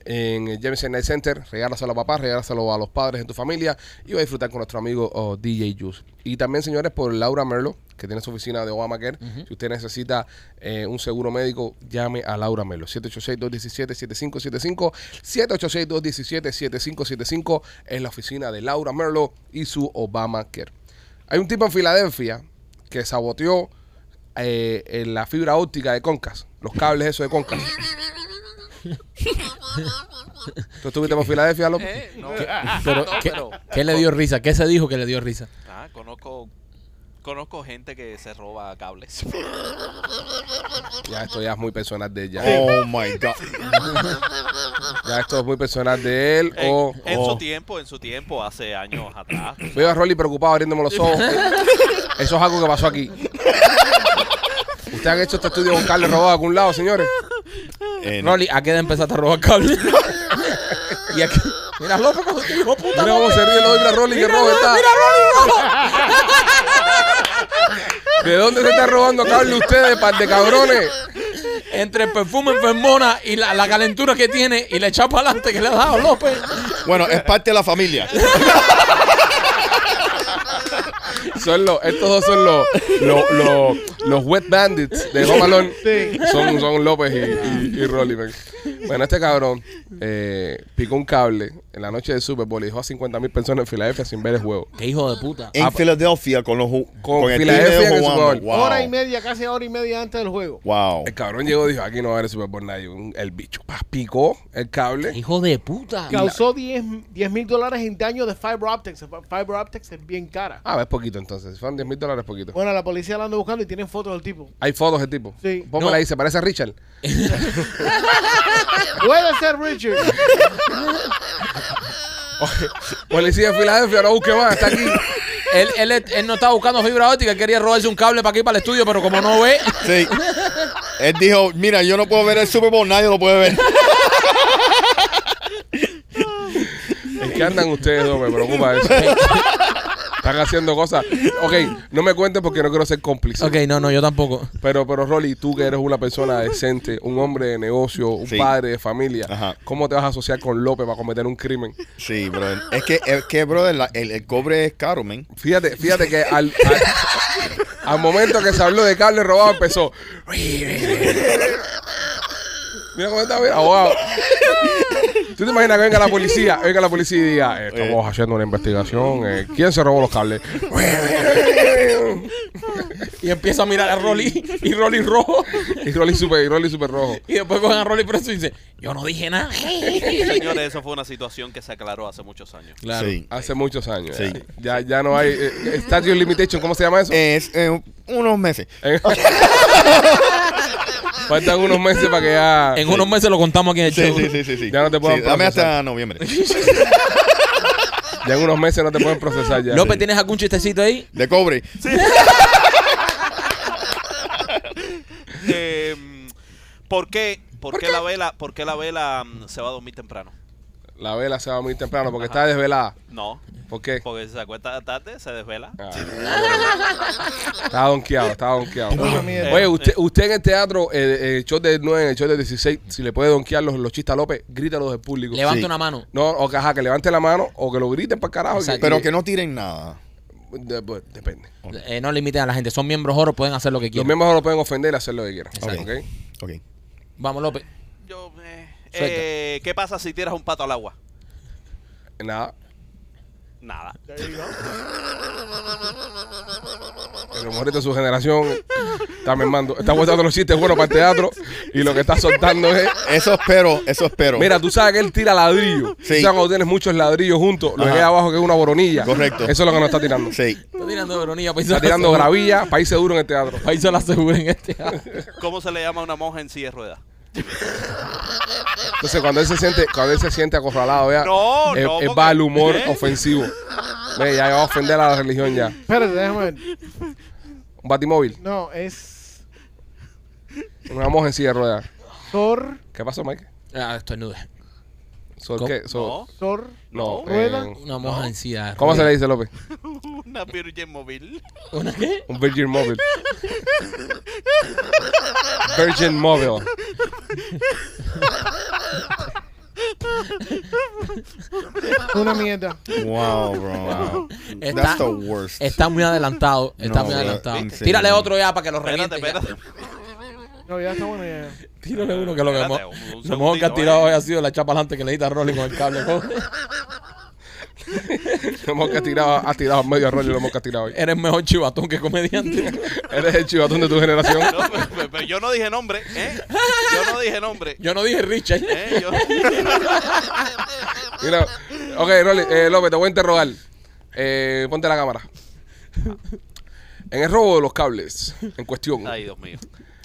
en el James Night Center. Regálaselo a papá, regálaselo a los padres en tu familia. Y va a disfrutar con nuestro amigo oh, DJ Juice. Y también, señores, por Laura Merlo que tiene su oficina de Obamacare. Si usted necesita eh, un seguro médico, llame a Laura Melo. 786-217-7575. 786-217-7575 en la oficina de Laura Merlo y su Obamacare. Hay un tipo en Filadelfia que saboteó eh, en la fibra óptica de Concas, los cables esos de Concas. ¿Tú estuviste por Filadelfia, López?
(laughs) Eh, no,
(laughs) Pero,
no,
¿qué,
pero-
qué le dio risa? ¿Qué se dijo que le dio risa?
Ah, conozco, conozco gente que se roba cables. (laughs)
Ya esto ya es muy personal de ella.
Oh my
(laughs)
God.
Ya esto es muy personal de él.
En,
o-
en
oh.
su tiempo, en su tiempo, hace años atrás.
Veo a Rolly preocupado abriéndome los ojos. Eso es algo que pasó aquí. ¿Ustedes han hecho este estudio con Carlos robado a algún lado, señores?
Eh,
Rolly, ¿a qué edad empezaste a robar cable? (laughs) y aquí, mira, loco, como te dijo puta.
Mira cómo se ríe, lo mira Rolly, que robo está. ¿De dónde se está robando cable ustedes, par de cabrones?
Entre el perfume enfermona y la, la calentura que tiene y la echar para adelante que le ha dado López.
Bueno, es parte de la familia.
Son los, estos dos son los, los, los, los wet bandits de Home Alone.
Sí.
Son, son López y, y, y Rolly. man. Bueno, este cabrón eh, picó un cable en la noche del Super Bowl y dejó a 50 mil personas en Filadelfia sin ver el juego.
Qué hijo de puta.
En Filadelfia Ah, con los ju-
Con
el
Filadelfia
team
en
de
el Super Bowl.
jugando. Wow.
Hora y media, casi hora y media antes del juego.
Wow.
El cabrón llegó y dijo, aquí no va a haber Super Bowl nadie. Un- El bicho pa, picó el cable.
Hijo de puta.
Causó 10 10 mil dólares en daño de fiber optics. Fiber optics es bien cara.
Ah, es poquito entonces. Fueron 10 mil dólares poquito.
Bueno, la policía la anda buscando y tienen fotos del tipo.
Hay fotos del tipo.
Sí.
Póngala
No.
ahí, se parece a Richard.
Puede ser Richard.
Policía de Filadelfia, no busque más, está aquí.
Él, él, él no estaba buscando fibra óptica, él quería robarse un cable para aquí para el estudio, pero como no ve,
Sí. Él dijo, mira, yo no puedo ver el Super Bowl, nadie lo puede ver.
¿En qué andan ustedes dos? Me preocupa eso. Están haciendo cosas. Ok, no me cuentes porque no quiero ser cómplice.
Ok, no, no, yo tampoco.
Pero, pero Rolly, tú que eres una persona decente, un hombre de negocio, un
Sí.
padre de familia,
Ajá.
¿cómo te vas a asociar con López para cometer un crimen?
Sí, brother. Es que, es que brother, la- el, el cobre es caro, man.
Fíjate, fíjate que al, al, al momento que se habló de cable robado empezó. Mira cómo está, mira, abogado. (laughs) ¿Tú te imaginas que venga la policía? Venga la policía y diga, eh, estamos haciendo una investigación. eh, ¿Quién se robó los cables?
Y empieza a mirar a Rolly y Rolly rojo.
Y Rolly super, y Rolly super rojo.
Y después cogen a Rolly preso y dice, yo no dije nada.
Señores, eso fue una situación que se aclaró hace muchos años.
Claro.
Sí.
Hace muchos años.
Sí.
Ya, ya no hay. Eh, statute of limitation, ¿cómo se llama eso?
Es eh, unos meses.
Eh, (laughs) Faltan unos meses para que ya.
En unos meses lo contamos aquí en el
Sí,
show.
sí, sí, sí, sí.
Ya no te puedo
Sí, Dame
procesar.
hasta noviembre.
Ya en unos meses no te pueden procesar ya.
López, ¿tienes algún chistecito ahí?
(laughs)
De cobre.
Eh, ¿Por qué? ¿Por, qué la vela, ¿Por qué la vela mm, se va a dormir temprano?
La vela se va muy temprano porque está desvelada.
No,
¿Por qué?
porque si se acuesta tarde, se desvela.
Ah, estaba donkeado, estaba donkeado.
Mucha mierda.
Oye, usted, usted en el teatro, eh, el show del 9, el show del 16, si le puede donkear los, los chistes a López, grítalo del público.
Levanta
Sí.
una mano.
No, o que, ajá, que levante la mano o que lo griten para carajo.
Exacto.
Pero que no tiren nada.
De- pues, depende.
Eh, no limiten a la gente. Son miembros oro, pueden hacer lo que
Los
quieran.
miembros no lo pueden ofender y hacer lo que quieran.
Exacto.
¿ok?
Ok.
Vamos, López.
Yo, eh,
Suelta.
eh, ¿Qué pasa si tiras un pato al agua?
Nada.
Nada.
El humor de su generación está mermando. Está botando los chistes buenos para el teatro y lo que está soltando es.
Eso espero, eso espero.
Mira, tú sabes que él tira ladrillo. Tú
Sí.
sabes cuando tienes muchos ladrillos juntos, lo que
Ajá.
hay abajo que es una boronilla.
Correcto.
Eso es lo que nos está tirando.
Sí.
Está tirando pues, veronía,
Está tirando gravilla, países duros en el teatro.
País se la asegura en este.
¿Cómo se le llama a una monja en silla de ruedas?
Entonces, cuando él se siente, cuando él se siente acorralado, ya,
No,
él,
no,
él
porque-
va al humor
¿Eh?
ofensivo. Ve, ya va a ofender a la religión ya.
Espérate, déjame ver.
Un batimóvil,
No, es
una moja en silla de ruedas.
Sor,
¿Qué pasó, Mike?
Ah, estornude.
¿Sol
¿Cómo?
qué? ¿Sol?
Sor,
No.
No. ¿Rueda?
eh,
Una moja en silla de
¿Cómo se le
ruedas.
dice, López?
Una
(laughs)
Virgin móvil.
¿Una qué?
Un Virgin Mobile. Virgin Mobile.
una mierda.
Wow, bro. Wow.
Está-
That's the worst.
Está muy adelantado. Está
No,
muy
bro,
adelantado.
en serio.
Tírale otro ya para que lo reviente.
Espérate, espérate.
No, ya está bueno ya.
ya. Tírale uno que lo que
Espérate,
mo-
un- un
lo mejor que ha
segundito,
tirado
eh.
hoy ha sido la chapa adelante que le di a Rolling con el cable.
(laughs)
¿no?
Lo hemos castigado, has tirado medio rollo, lo hemos castigado hoy.
Eres mejor chivatón que comediante.
(laughs)
Eres el chivatón de tu generación.
No, pero, pero- pero yo no dije nombre, ¿eh? Yo no dije nombre.
Yo no dije Richard.
¿eh?
(laughs)
Yo-
Mira, ok, Rolly, eh, López, te voy a interrogar. Eh, ponte la cámara. En el robo de los cables, en cuestión,
Ay, Dios mío.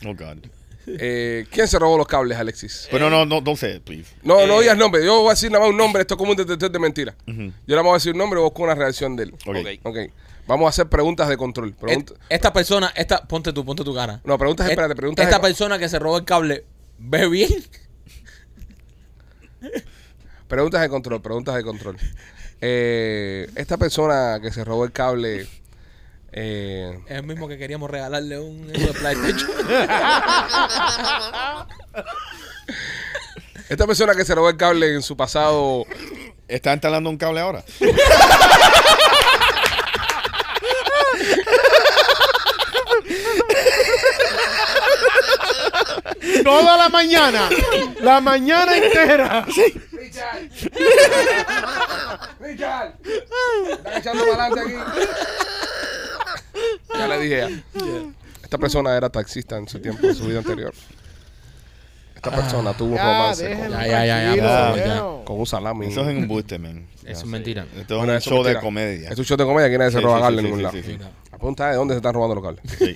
Oh, God.
eh, ¿quién se robó los cables, Alexis?
Pero no, no, don't say it, please.
No, no
Eh.
digas nombre. Yo voy a decir nada más un nombre. Esto es como un detector de mentiras. Yo nada más voy a decir un nombre y busco una reacción de él.
Ok.
Ok.
Ok. Vamos a hacer preguntas de control.
Et-
Pregunta-
esta persona, esta, ponte tú, ponte tu cara.
No, preguntas,
Et-
espérate, preguntas.
Esta
de-
persona que se robó el cable, ¿ve bien?
Preguntas de control, preguntas de control. Eh, esta persona que se robó el cable. eh,
Es el mismo que queríamos regalarle un eso de PlayStation.
(laughs)
esta persona que se robó el cable en su pasado.
¿Está instalando un cable ahora?
Toda la mañana, la mañana entera.
Richard. Richard. Están echando para adelante aquí. Ya le dije. ya. Esta persona era taxista en su tiempo, en su vida anterior. Esta persona
Ah.
tuvo un
Ya,
romance con,
déjenlo
Ya, ya, ya, ya,
Ah, tranquilo,
ya,
ya.
Leo.
con un salami.
Eso es en un buste, man.
Eso es
Ya.
mentira.
Esto es
Bueno,
un
eso
show
mentira.
de comedia.
Es un show de comedia que nadie se
Sí,
roba
sí,
cable
sí,
en ningún
sí,
lado.
sí, sí.
La pregunta es: ¿dónde se están robando los cables?
Sí.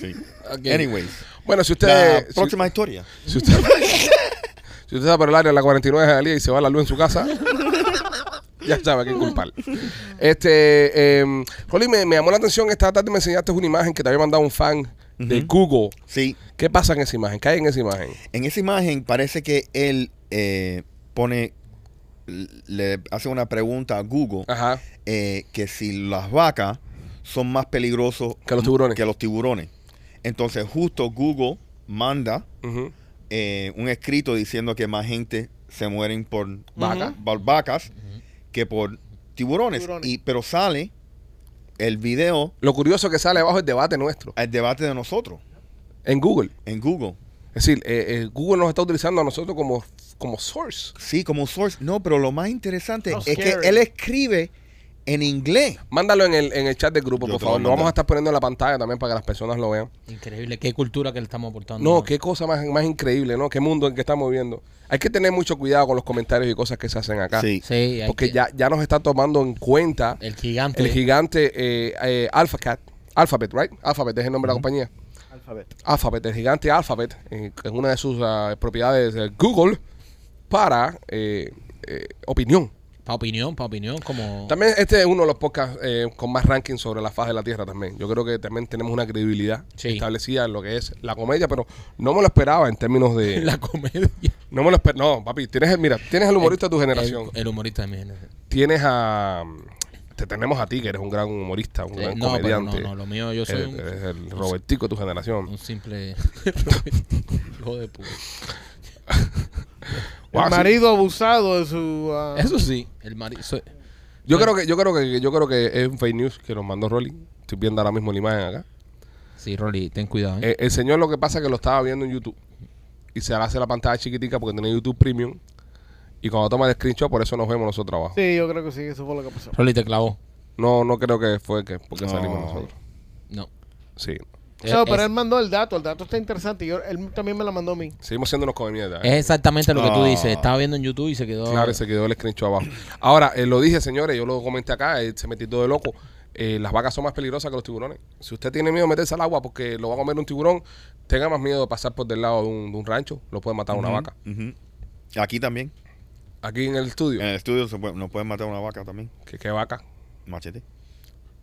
Sí.
(laughs) Ok.
Anyways.
Bueno, si
La
usted. si-
próxima historia.
Si usted, (laughs) si usted está por el área de la 49 de Jalía y se va la luz en su casa, (laughs) ya sabe que culpar. Este, eh, Rolly, me, me llamó la atención esta tarde me enseñaste una imagen que te había mandado un fan de Google.
Sí.
¿Qué pasa en esa imagen? ¿Qué hay en esa imagen?
En esa imagen parece que él eh, pone, le hace una pregunta a Google
Ajá.
eh, que si las vacas son más peligrosos
Que los tiburones.
que los tiburones. Entonces justo Google manda
Ujú.
eh, un escrito diciendo que más gente se mueren por
Vaca.
por vacas que por tiburones.
Tiburones.
Y, pero sale el video
Lo curioso que sale abajo es el debate nuestro
al debate de nosotros
en Google.
en Google.
Es decir, eh, eh, Google nos está utilizando a nosotros como, como source.
Sí, como source. No, pero lo más interesante
How
es
scary.
que él escribe en inglés.
Mándalo en el, en el chat del grupo,
Yo
por
te lo
favor.
voy a
Lo vamos a
mandar.
estar poniendo en la pantalla también para que las personas lo vean.
Increíble, qué cultura que le estamos aportando.
No, qué cosa más, más increíble, ¿no? Qué mundo en que estamos viviendo. Hay que tener mucho cuidado con los comentarios y cosas que se hacen acá.
Sí.
Sí, hay
Porque
que-
ya, ya nos está tomando en cuenta el,
El gigante.
gigante eh, eh, AlphaCat. Alphabet, ¿right? Alphabet es el nombre de la compañía.
Alfabeto.
Alphabet, el gigante Alphabet, eh, es una de sus ah, propiedades de Google para eh, eh, opinión.
Pa' opinión, pa' opinión, como...
También este es uno de los podcasts eh, con más ranking sobre la faz de la Tierra también. Yo creo que también tenemos una credibilidad
Sí.
establecida en lo que es la comedia, pero no me lo esperaba en términos de...
(laughs) La comedia.
No me lo espero. No, papi, tienes, el- mira, tienes al humorista de
Eh,
tu generación.
El, el humorista de mi generación.
Tienes a. Te tenemos a ti, que eres un gran humorista, un
Eh,
gran
no, pero
comediante.
no, no, lo mío, yo soy
Eres-
un-
eres el Robertico de tu generación. (laughs)
Un simple... Hijo de puta.
Guau,
El
Ah, sí.
marido abusado de su. ah,
Ah, Eso sí, el marido... soy-
Yo creo que, yo creo que, yo creo que es un fake news que nos mandó Rolly. Estoy viendo ahora mismo la imagen acá.
Sí, Rolly, ten cuidado. ¿eh?
Eh, el señor lo que pasa es que lo estaba viendo en YouTube. Y se le hace la pantalla chiquitica porque tiene YouTube Premium. Y cuando toma el screenshot, por eso nos vemos nosotros abajo.
Sí, yo creo que sí, eso fue lo que pasó.
Rolly te clavó.
No, no creo que fue que porque
No.
salimos nosotros.
No.
Sí.
No,
es,
pero él mandó el dato, el dato está interesante. y Yo, él también me lo mandó a mí.
Seguimos siendo unos comediantes. ¿eh?
es exactamente lo que tú
Ah.
dices. Estaba viendo en YouTube y se quedó...
Claro, y se quedó el screenshot abajo. Ahora, eh, lo dije, señores, yo lo comenté acá, él se eh, metió todo de loco. eh, las vacas son más peligrosas que los tiburones. Si usted tiene miedo de meterse al agua porque lo va a comer un tiburón, tenga más miedo de pasar por del lado de un, de un rancho, lo puede matar una vaca.
Ujú. Aquí también.
Aquí en el estudio,
En
Eh.
el estudio se puede- nos pueden matar una vaca también.
¿qué, qué vaca?
Machete.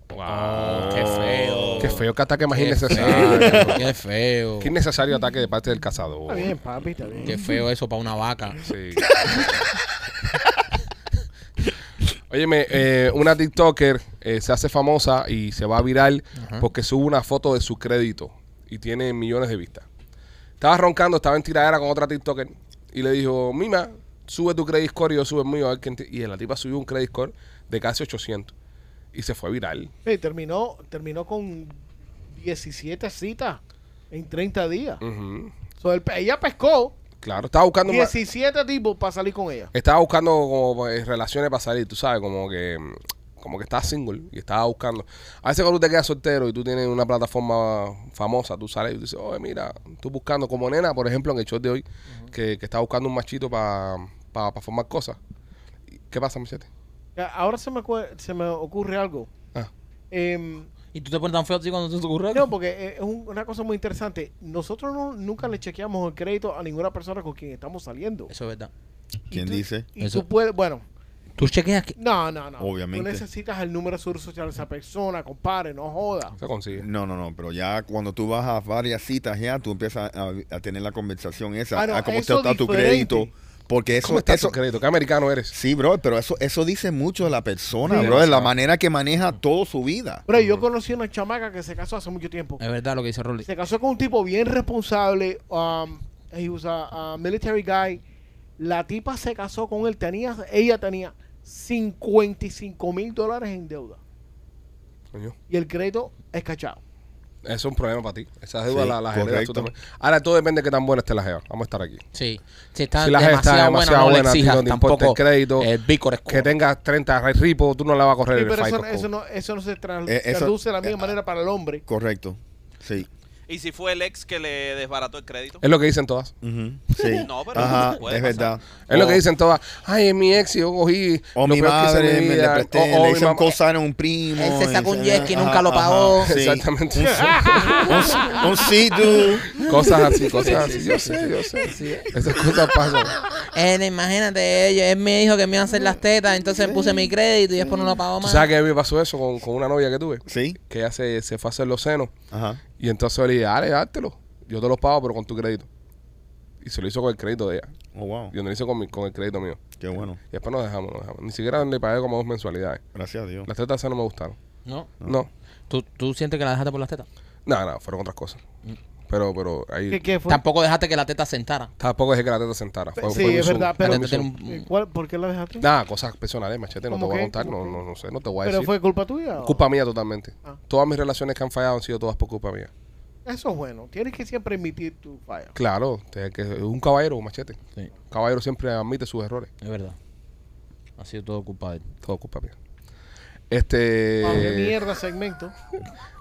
Wow.
Qué feo.
Qué feo que ataque más
Ah. Qué
innecesario.
feo. Qué feo.
Qué innecesario ataque de parte del cazador.
Está bien, papi, está bien.
Oh. Qué feo eso para una vaca.
Sí. Óyeme, eh, una TikToker eh, se hace famosa y se va a viral porque sube una foto de su crédito y tiene millones de vistas. Estaba roncando, estaba en tiradera con otra TikToker y le dijo, Mima, sube tu credit score y yo sube el mío. a ver quién te-". Y la tipa subió un credit score de casi 800 y se fue viral.
Sí, terminó, terminó con 17 citas en 30 días.
Mm.
Ujú.
So, el- ella pescó
Claro, estaba
Ah,
buscando... ma-
17 tipos para salir con ella.
Estaba buscando como eh, relaciones para salir, tú sabes, como que mm, como que estaba single y estaba buscando. A veces cuando tú te quedas soltero y tú tienes una plataforma famosa, tú sales y tú dices, oye, mira, tú buscando como nena, por ejemplo, en el show de hoy, que, que estaba buscando un machito para formar cosas. ¿Y ¿Qué pasa, Michete?
Ya, Ahora se me, ocurre- se me ocurre algo.
Ah,
Em,
¿Y tú te pones tan feo así cuando te ocurre
no, porque eh, es un- una cosa muy interesante. Nosotros no- nunca le chequeamos el crédito a ninguna persona con quien estamos saliendo.
Eso es verdad.
¿Quién
Y tú-
dice?
Y
Eso-
tú puedes, bueno,
Tú chequeas que...
no, no, no.
Obviamente.
Tú necesitas el número de seguro social de esa persona, compadre, no joda.
se consigue.
No, no, no, pero ya cuando tú vas a varias citas ya, tú empiezas a, a tener la conversación esa,
Ah, no,
a cómo
eso
está tu
diferente.
crédito, porque eso,
¿Cómo está
eso-
tu crédito? ¿Qué americano eres?
sí, bro, pero eso, eso dice mucho de la persona,
Sí.
bro, de la manera que maneja toda su vida.
Pero yo conocí una chamaca que se casó hace mucho tiempo.
Es verdad lo que dice Rolly.
Se casó con un tipo bien responsable. Um, he was a, a military guy. La tipa se casó con él. Tenía, ella tenía 55 mil dólares en deuda.
Coño.
Y el crédito es cachado.
Eso es un problema para ti. Esas deudas
Sí,
las, las heredas tú
correcto.
también. Ahora todo depende de qué tan buena esté la jeva. Vamos a estar aquí.
Sí. Si está
Si la gente
demasiado,
está
buena,
demasiado
no le
buena, a ti
exijas
no te importa el
tampoco
crédito.
El Bicor
Que tengas 30 ripos, tú no la vas a correr
Sí,
el
pero eso,
FICO
no- eso
code.
no, eso no se tra-
Eh, eso-
traduce de la misma
eh,
manera para el hombre.
Correcto, sí.
¿Y si fue el ex que le desbarató el crédito?
Es lo que dicen todas.
Ujú, Sí.
(laughs) No, pero
Ajá,
puede
es
pasar.
verdad.
Es lo
O-
que dicen todas. Ay, es mi ex y yo cogí.
Oh. O
lo
mi
peor que hice en
madre
mi
me le
vida.
presté,
O- o
le
mi
hice un
mamá. Oh,
cosign a un primo.
Él se
y
sacó un
se-
jet que
ajá,
nunca lo
ajá,
pagó.
sí.
Exactamente.
Un, un
(laughs)
sí-do.
cosas así, cosas así. Yo sé, yo sé. Esas cosas pasan.
Él, Eh, imagínate, él, él me dijo que me iba a hacer las tetas, entonces puse mi crédito y después no lo pagó
¿Tú
más.
sabes que a mí me pasó eso con, con una novia que tuve?
Sí,
Que ella se, se fue a hacer los senos.
ajá.
Y entonces yo le dije, dale, dártelo. Yo te los pago, pero con tu crédito. Y se lo hizo con el crédito de ella.
Oh, wow.
Yo no lo hice con, mi- con el crédito mío.
Qué bueno.
Y después nos dejamos, nos dejamos. Ni siquiera le pagué como dos mensualidades.
Gracias a Dios.
Las tetas de no me gustaron.
No.
No.
¿Tú, ¿Tú sientes que la dejaste por las tetas?
No, no, fueron otras cosas.
Mm.
Pero, pero ahí.
¿Qué, qué fue?
Tampoco dejaste que la teta sentara.
Tampoco dejé que la teta sentara. Fue,
Sí,
fue mi
es
Zoom,
verdad,
fue
pero-
mi Zoom.
Eh, ¿cuál- ¿Por qué la dejaste?
Nada, cosas personales, machete, no te
¿Cómo
voy a
qué?
contar, no,
¿Cómo
no,
qué?
no sé, no te voy a
¿Pero
decir.
fue culpa tuya? o-
Culpa mía totalmente.
Ah.
Todas mis relaciones que han fallado han sido todas por culpa mía.
Eso es bueno. Tienes que siempre admitir tu falla.
Claro, te- que un caballero, machete.
Sí,
Un caballero siempre admite sus errores.
es verdad. Ha sido todo culpa de él.
Todo culpa mía.
Eh,
Este.
Vamos, qué mierda segmento.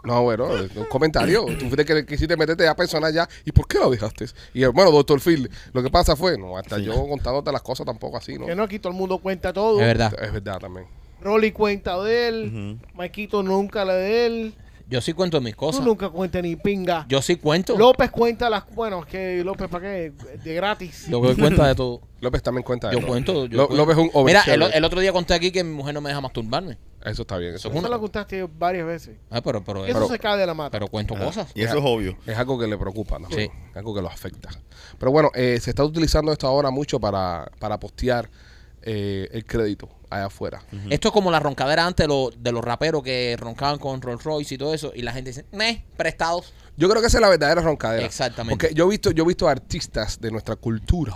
No, bueno, un
(coughs)
comentario. Tú fuiste que quisiste meterte a personas ya. ¿Y por qué lo dejaste? Y hermano, doctor Phil, lo que pasa fue, no, hasta yo contándote las cosas tampoco así, ¿no?
Que no, aquí todo el mundo cuenta todo.
Es verdad.
Es verdad también.
Rolly cuenta de él. Maquito nunca la de él.
Yo sí cuento mis
Tú
cosas.
nunca cuentas ni pinga.
Yo sí cuento.
López cuenta las. Bueno, es que López, ¿para qué? De gratis.
Yo doy cuenta
(laughs)
de todo.
López también cuenta de
Yo
eso.
cuento. yo
Lo-
cuento.
López es un
Mira, el,
oversharer.
el otro día conté aquí que mi mujer no me deja masturbarme.
Eso está bien. Eso,
Eso
Eso
una-
lo contaste varias veces.
Ah, pero, pero,
Eso
pero,
se cae de la mata.
cuento cosas.
Y eso es obvio.
Es algo que le preocupa, ¿no?
Sí.
Algo que lo afecta. Pero bueno, eh, se está utilizando esto ahora mucho para, para postear eh, el crédito allá afuera.
Esto es como la roncadera antes de, lo- de los raperos que roncaban con Rolls Royce y todo eso. Y la gente dice, meh, prestados.
Yo creo que esa es la verdadera roncadera.
Exactamente.
Porque yo he visto, yo he visto artistas de nuestra cultura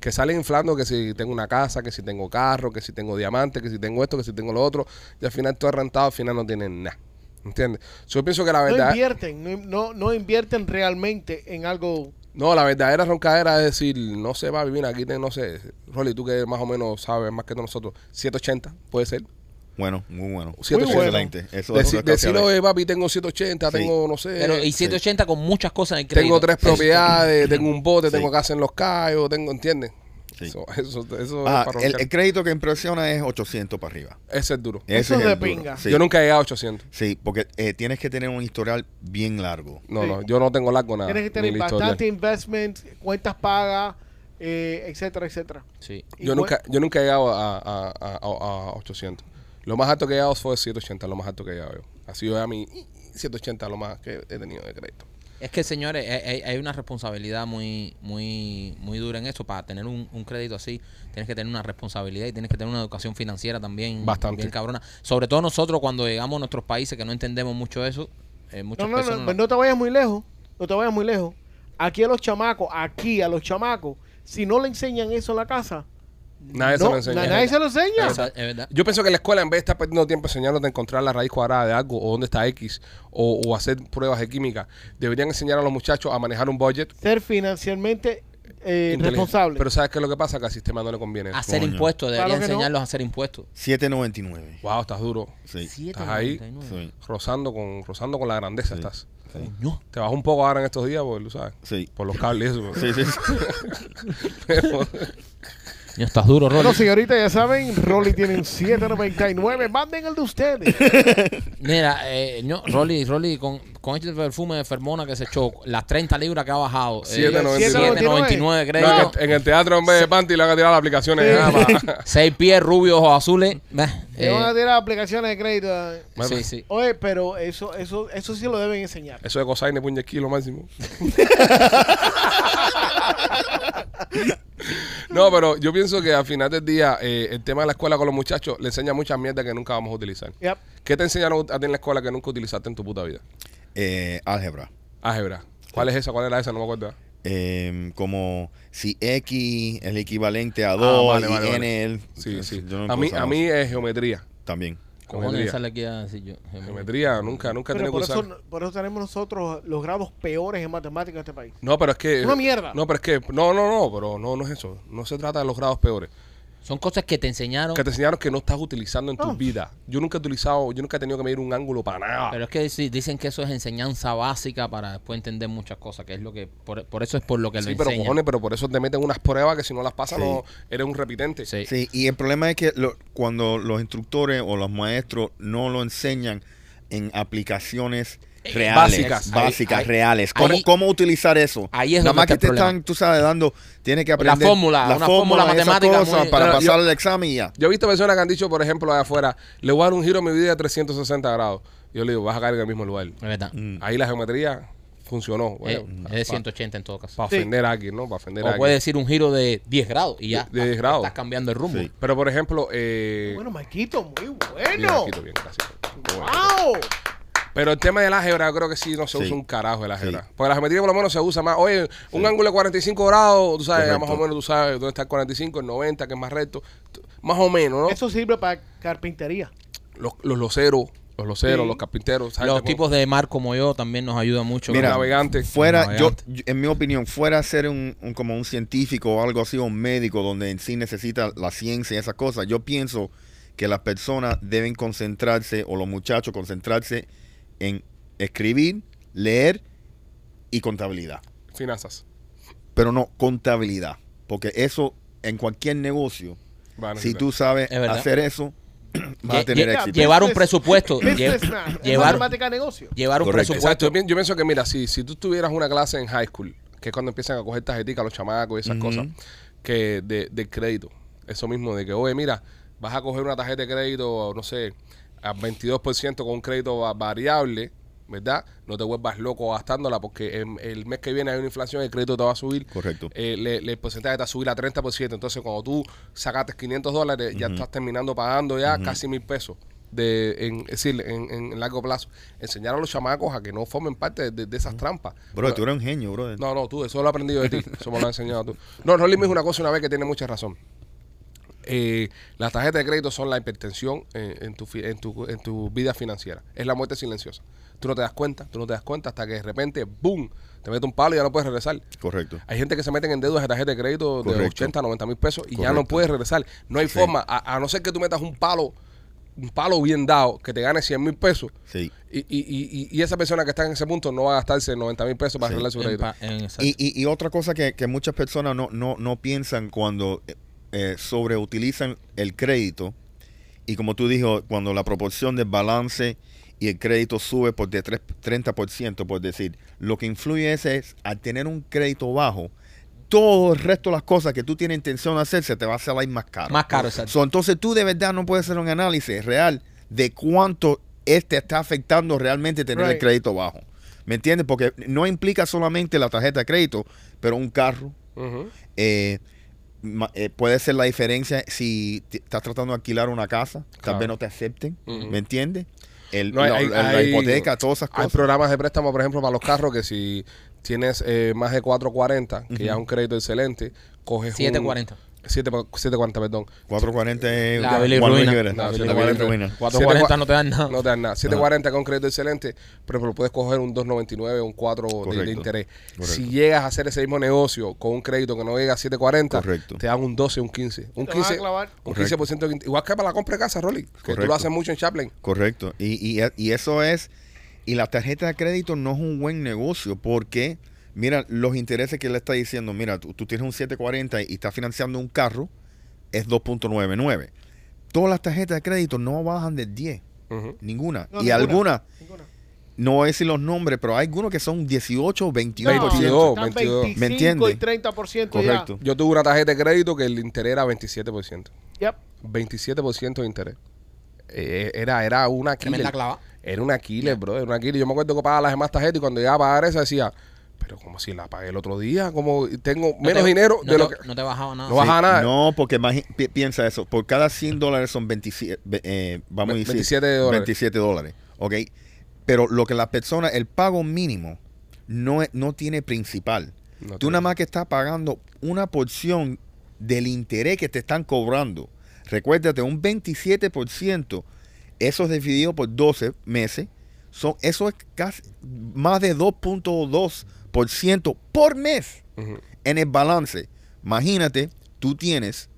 que salen inflando que si tengo una casa, que si tengo carro, que si tengo diamantes, que si tengo esto, que si tengo lo otro, y al final todo es rentado, al final no tienen nada. ¿Entiendes? So, Yo pienso que la
No
verdad.
invierten, no, no, no invierten realmente en algo.
No, la verdadera roncadera es decir, no sé, papi, mira, aquí te- no sé, Rolly, tú que más o menos sabes más que nosotros, 780, puede ser.
Bueno, muy bueno.
Siete
Muy bueno.
Excelente. Eso,
Deci-
eso es
decir,
casi-
oye, papi, tengo 780,
Sí.
tengo, no sé,
Pero, y 780 con muchas cosas en el
Eh,
crédito.
tengo tres
Sí.
propiedades, tengo un bote,
Sí.
tengo casa en Los Cayos, tengo, ¿entiendes?
Sí.
Eso, eso, eso
Ah,
es para
el,
roncar.
el crédito que impresiona es 800 para arriba.
Ese es duro.
Ese
Eso
es
es de
el duro.
pinga.
Sí,
Yo nunca he llegado a 800.
sí, porque eh, tienes que tener un historial bien largo.
No,
Sí.
no, yo no tengo largo
Ah,
nada.
Tienes que
ni
tener
listo,
bastante
ya.
investment, cuentas pagas, eh, etcétera, etcétera.
Sí.
Yo
Y
nunca, yo nunca he llegado a, a, a- a- a 800. Lo más alto que he llegado fue 780, lo más alto que he llegado yo. Ha sido ya mi 780 lo más que he tenido de crédito.
Es que, señores, hay- hay, hay una responsabilidad muy, muy, muy dura en eso. Para tener un, un crédito así, tienes que tener una responsabilidad y tienes que tener una educación financiera también.
Bastante.
Bien cabrona. Sobre todo nosotros cuando llegamos a nuestros países que no entendemos mucho eso. eh, muchas
No, no,
personas
no,
no-
pues no te vayas muy lejos. No te vayas muy lejos. Aquí a los chamacos, aquí a los chamacos, si no le enseñan eso en la casa,
Nadie se
no,
lo enseña.
na- nadie se lo enseña.
Esa- es verdad.
Yo pienso que la escuela, en vez de estar perdiendo tiempo enseñándote a encontrar la raíz cuadrada de algo o dónde está X o, o hacer pruebas de química, deberían enseñar a los muchachos a manejar un budget
Ser financialmente eh,
inteligente.
responsable.
Pero ¿sabes qué es lo que pasa? Que al sistema no le conviene. eso.
Hacer
Coño.
impuestos,
Claro
debería
que no.
enseñarlos a hacer impuestos.
799.
Wow, estás duro.
Sí.
Estás ahí.
7.99.
Sí.
Rozando con, rozando con la grandeza estás.
Sí.
Coño.
Te vas un poco ahora en estos días, porque, tú sabes.
Sí.
Por los cables y eso.
Sí, sí, sí.
(laughs) Pero-
Coño, estás duro, Rolly.
Bueno, señorita, ya saben, Rolly tiene
(laughs)
un 799. Manden el de ustedes.
Eh.
Mira, eh, no, Rolly, Rolly, con, con este perfume de Fermona que se echó, las 30 libras que ha bajado, eh,
7.99.
7.99
No, en,
crédito,
el, en el teatro en vez de panty le van a tirar las aplicaciones.
Sí.
nada
(laughs)
más.
6 pies rubios o azules. bah,
Le van a
eh,
tirar aplicaciones de crédito.
sí, sí.
Oye, pero eso, eso, eso sí lo deben enseñar.
Eso de cosaine, puñequí, lo
(laughs)
máximo. no, pero yo pienso que al final del día eh, el tema de la escuela con los muchachos le enseña muchas mierdas que nunca vamos a utilizar.
Yep.
¿Qué te enseñaron a ti en la escuela que nunca utilizaste en tu puta vida?
Eh, álgebra.
Álgebra. ¿Cuál es esa? ¿Cuál era esa? No me acuerdo.
Eh, como si X es el equivalente a 2
Ah, vale,
y
vale,
N
vale.
el-
Sí, sí.
Yo no
a, mí,
puedo
a
usar
mí
eso.
es geometría.
También.
cojones,
Geometría.
sale aquí a decir yo.
Geometría, nunca, nunca he
Pero
tenido
por
que usar.
eso, por eso tenemos nosotros los grados peores en matemáticas en este país.
No, pero es que.
Una mierda.
No, pero es que. No, no, no, pero no, no es eso. No se trata de los grados peores.
Son cosas que te enseñaron,
Que te enseñaron que no estás utilizando en tu
Oh.
vida. Yo nunca he utilizado, yo nunca he tenido que medir un ángulo para nada.
pero es que sí, dicen que eso es enseñanza básica para después entender muchas cosas, que es lo que, por, por eso es por lo que
sí,
lo
pero
enseñan.
cojones, pero por eso te meten unas pruebas que si no las pasas,
Sí.
no, eres un repitente.
Sí.
Sí, y el problema es que lo- cuando los instructores o los maestros no lo enseñan en aplicaciones reales,
básicas.
básicas,
Eh, Ahí- ahí-
reales. ¿Cómo,
ahí-
cómo utilizar eso?
ahí es
Nada
donde
más que
está
te
el problema.
están, tú sabes, dando, tienes que aprender
fórmula, una fórmula
esas
matemática
cosas
muy-
para
Pero
pasar
yo-
el examen y ya.
Yo he visto personas que han dicho, por ejemplo, allá afuera, le voy a dar un giro a mi vida de 360 grados. Yo le digo, vas a caer en el mismo lugar.
Es verdad.
Ahí la geometría funcionó.
Mm. Eh, es de
para
180 en todo caso.
Sí.
ofender a alguien, ¿no? Para ofender a
O
alguien.
puede decir un giro de 10 grados y ya.
De- de 10 grados.
Estás cambiando el rumbo.
Sí.
Pero por ejemplo, eh,
Bueno, Maquito, muy
bien,
bueno.
Quito, bien, gracias. Muy bueno.
¡Wow!
Pero el tema del álgebra, yo creo que sí no se
Sí.
usa un carajo el álgebra.
Sí.
Porque la geometría por lo menos se usa más. Oye, un ángulo de 45 grados, tú sabes,
Correcto.
más o menos tú sabes dónde está el 45, el 90, que es más recto. T- Más o menos, ¿no?
Eso sirve para carpintería.
Los, los loceros, los loceros,
Sí.
los carpinteros, ¿sabes?
Los
Como-
tipos de mar como yo también nos ayudan mucho.
Mira,
Los
navegantes.
Fuera, yo,
Navegante.
yo- en mi opinión, fuera a ser un, un- como un científico o algo así, o un médico donde en sí necesita la ciencia y esas cosas, yo pienso que las personas deben concentrarse, o los muchachos concentrarse en escribir, leer y contabilidad.
Finanzas.
Pero no contabilidad, porque eso en cualquier negocio,
Van a
si
necesitar.
tú sabes
Ah, Es verdad.
hacer eso, (clears throat) vas
Lle-
a tener
lle-
éxito.
Llevar un
Business-
presupuesto. lle-
Businessman. Es
llevar,
matemática de negocio.
llevar un
Correcto.
Exacto,
presupuesto.
yo, pien- yo pienso que mira, si, si tú tuvieras una clase en high school, que es cuando empiezan a coger tarjeticas los chamacos y esas
Ujú.
cosas, que de, de crédito, eso mismo, de que, oye, mira, vas a coger una tarjeta de crédito, no sé, a 22% con un crédito va- variable, ¿verdad? No te vuelvas loco gastándola porque en- el mes que viene hay una inflación, el crédito te va a subir.
Correcto.
Eh, le- le- el porcentaje te va a subir a 30%. Entonces, cuando tú sacaste 500 dólares, ya estás terminando pagando ya casi mil pesos. De, en, es decir, en, en largo plazo, enseñar a los chamacos a que no formen parte de, de esas trampas.
Bro, tú eres un genio, bro.
No, no, tú, eso lo he aprendido
(laughs)
de ti. Eso me lo has enseñado tú. No, Rolly me dijo una cosa una vez que tiene mucha razón. Eh, las tarjetas de crédito son la hipertensión eh, en, tu, fi- en, tu, en tu vida financiera. Es la muerte silenciosa. Tú no te das cuenta, tú no te das cuenta hasta que de repente, ¡boom! Te mete un palo y ya no puedes regresar.
Correcto.
Hay gente que se meten en deudas de tarjeta de crédito de
Correcto.
80, 90 mil pesos y ya no
Correcto.
puede regresar. No hay
Sí.
forma, a, a no ser que tú metas un palo un palo bien dado que te gane 100 mil pesos
Sí.
y, y, y, y- y esa persona que está en ese punto no va a gastarse 90 mil pesos para
Sí.
arreglar su
En
crédito.
pa- en- exacto.
Y, y- y otra cosa que, que muchas personas no, no, no piensan cuando eh, eh, sobreutilizan el crédito, y como tú dijo, cuando la proporción del balance y el crédito sube por de tres- 30%, por decir, lo que influye es, es al tener un crédito bajo, todo el resto de las cosas que tú tienes intención de hacer se te va a salir más caro.
Más caro, exacto.
So, entonces tú de verdad no puedes hacer un análisis real de cuánto este está afectando realmente tener el
Right.
crédito bajo. ¿Me entiendes? Porque no implica solamente la tarjeta de crédito, pero un carro.
Ujú.
eh, ma- eh, puede ser la diferencia si te- estás tratando de alquilar una casa,
Claro.
tal vez no te acepten.
Ujú.
¿Me entiendes? El-
No, hay-
la,
hay-
la
hay-
hipoteca, todas esas
Hay
cosas.
programas de préstamo, por ejemplo, para los carros que si tienes eh, más de 440, que ya es un crédito excelente, coges un-
740.
7 pa- 740, perdón.
440 es
La
Juan
Billy
Luis
Ruina.
Rivera.
La
La
Billy
Billy
Ruina.
Ruina.
440 no te dan nada.
No te dan nada. 740 con crédito excelente, pero ejemplo, puedes coger un 299 o un 4 de- de,
Correcto.
interés.
Correcto.
Si llegas a hacer ese mismo negocio con un crédito que no llega a 740,
Correcto.
te dan un 12, un 15. Un
Te vas a
15,
clavar.
un
Correcto.
15% de inter- Igual que para la compra de casa, Rolly, que tú
Correcto.
lo haces mucho en Chaplin.
Correcto. Y, y- y eso es, y la tarjeta de crédito no es un buen negocio porque, mira, los intereses que le está diciendo, mira, tú, tú tienes un 740 y estás financiando un carro, es 2.99. Todas las tarjetas de crédito no bajan del 10,
Ujú.
ninguna.
No,
y
ninguna.
algunas,
Ninguna.
no voy a decir los nombres, pero hay algunos que son 18 o 21%.
No,
22,
están
22.
25
¿Me
y
entiendes?
30%
Correcto.
Yo tuve una tarjeta de crédito que el interés era 27%.
ya. Yep.
27% de interés. Eh, era, era una
Tremenda
killer.
clava.
Era una killer, bro. Era una killer. Yo me acuerdo que pagaba las demás tarjetas y cuando llegaba a pagar esa decía, pero como si la pagué el otro día, como tengo
No te-
menos dinero
no
de
te-
lo que...
No te bajaba nada.
No baja nada.
No, porque imagi- pi- piensa eso. Por cada 100 dólares son 27, ve- eh, vamos a
Ve-
decir,
27 dólares.
27 dólares. Ok. Pero lo que la persona, el pago mínimo, no, es- no tiene principal.
No
Tú
tiene.
nada más que estás pagando una porción del interés que te están cobrando. Recuérdate, un 27%, eso es dividido por 12 meses, son, eso es casi más de 2.2% por mes
Ujú.
en el balance. Imagínate, tú tienes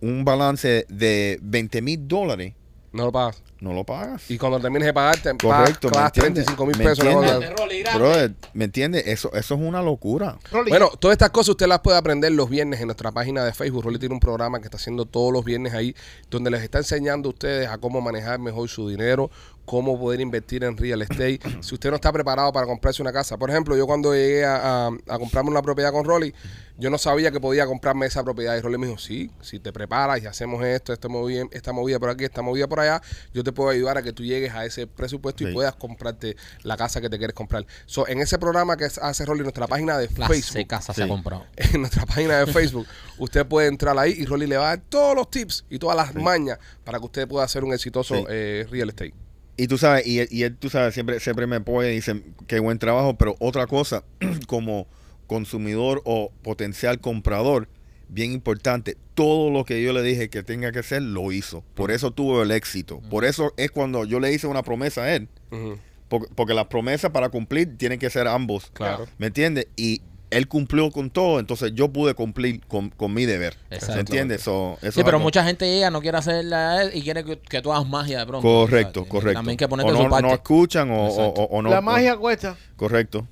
un balance de 20 mil dólares,
No lo pagas.
no lo pagas.
Y cuando termines de pagar, te
Correcto,
pagas
¿me entiendes?
35 mil
¿Me
pesos. una cosa
entiendes?
así.
Brother, ¿me entiendes? Eso, eso es una locura.
Rolly,
Bueno, todas estas cosas usted las puede aprender los viernes en nuestra página de Facebook. Rolly tiene un programa que está haciendo todos los viernes ahí, donde les está enseñando a ustedes a cómo manejar mejor su dinero, cómo poder invertir en real estate. si usted no está preparado para comprarse una casa, por ejemplo, yo cuando llegué a, a- a comprarme una propiedad con Rolly, yo no sabía que podía comprarme esa propiedad. Y Rolly me dijo, sí, si te preparas y hacemos esto, esta movida, esta movida por aquí, esta movida por allá, yo te puedo ayudar a que tú llegues a ese presupuesto y
Sí.
puedas comprarte la casa que te quieres comprar. So, en ese programa que hace Rolly, en nuestra página de
La
Facebook (laughs)
casa se ha
Sí.
comprado.
en nuestra página de Facebook. usted puede entrar ahí y Rolly le va a dar todos los tips y todas las mañas para que usted pueda hacer un exitoso
Sí.
eh, real estate.
Y tú sabes, y, él- y él, tú sabes, siempre, siempre me apoya y dice, qué buen trabajo, pero otra cosa, (clears throat) como consumidor o potencial comprador, bien importante, todo lo que yo le dije que tenga que hacer, lo hizo. Por eso tuvo el éxito. Por eso es cuando yo le hice una promesa a él.
Ujú.
Porque, porque las promesas para cumplir tienen que ser ambos.
Claro.
¿Me entiendes? Y él cumplió con todo, entonces yo pude cumplir con, con mi deber. ¿Me
Exactamente.
entiendes? So, eso
Sí,
es
pero
algo-
mucha gente llega, no quiere hacerla y quiere que, que tú hagas magia de pronto.
Correcto,
O sea,
correcto.
También que
o
ponerte de
no,
su parte.
no escuchan o, o-
Exacto.
o- o no.
la
no-
magia cuesta.
Correcto.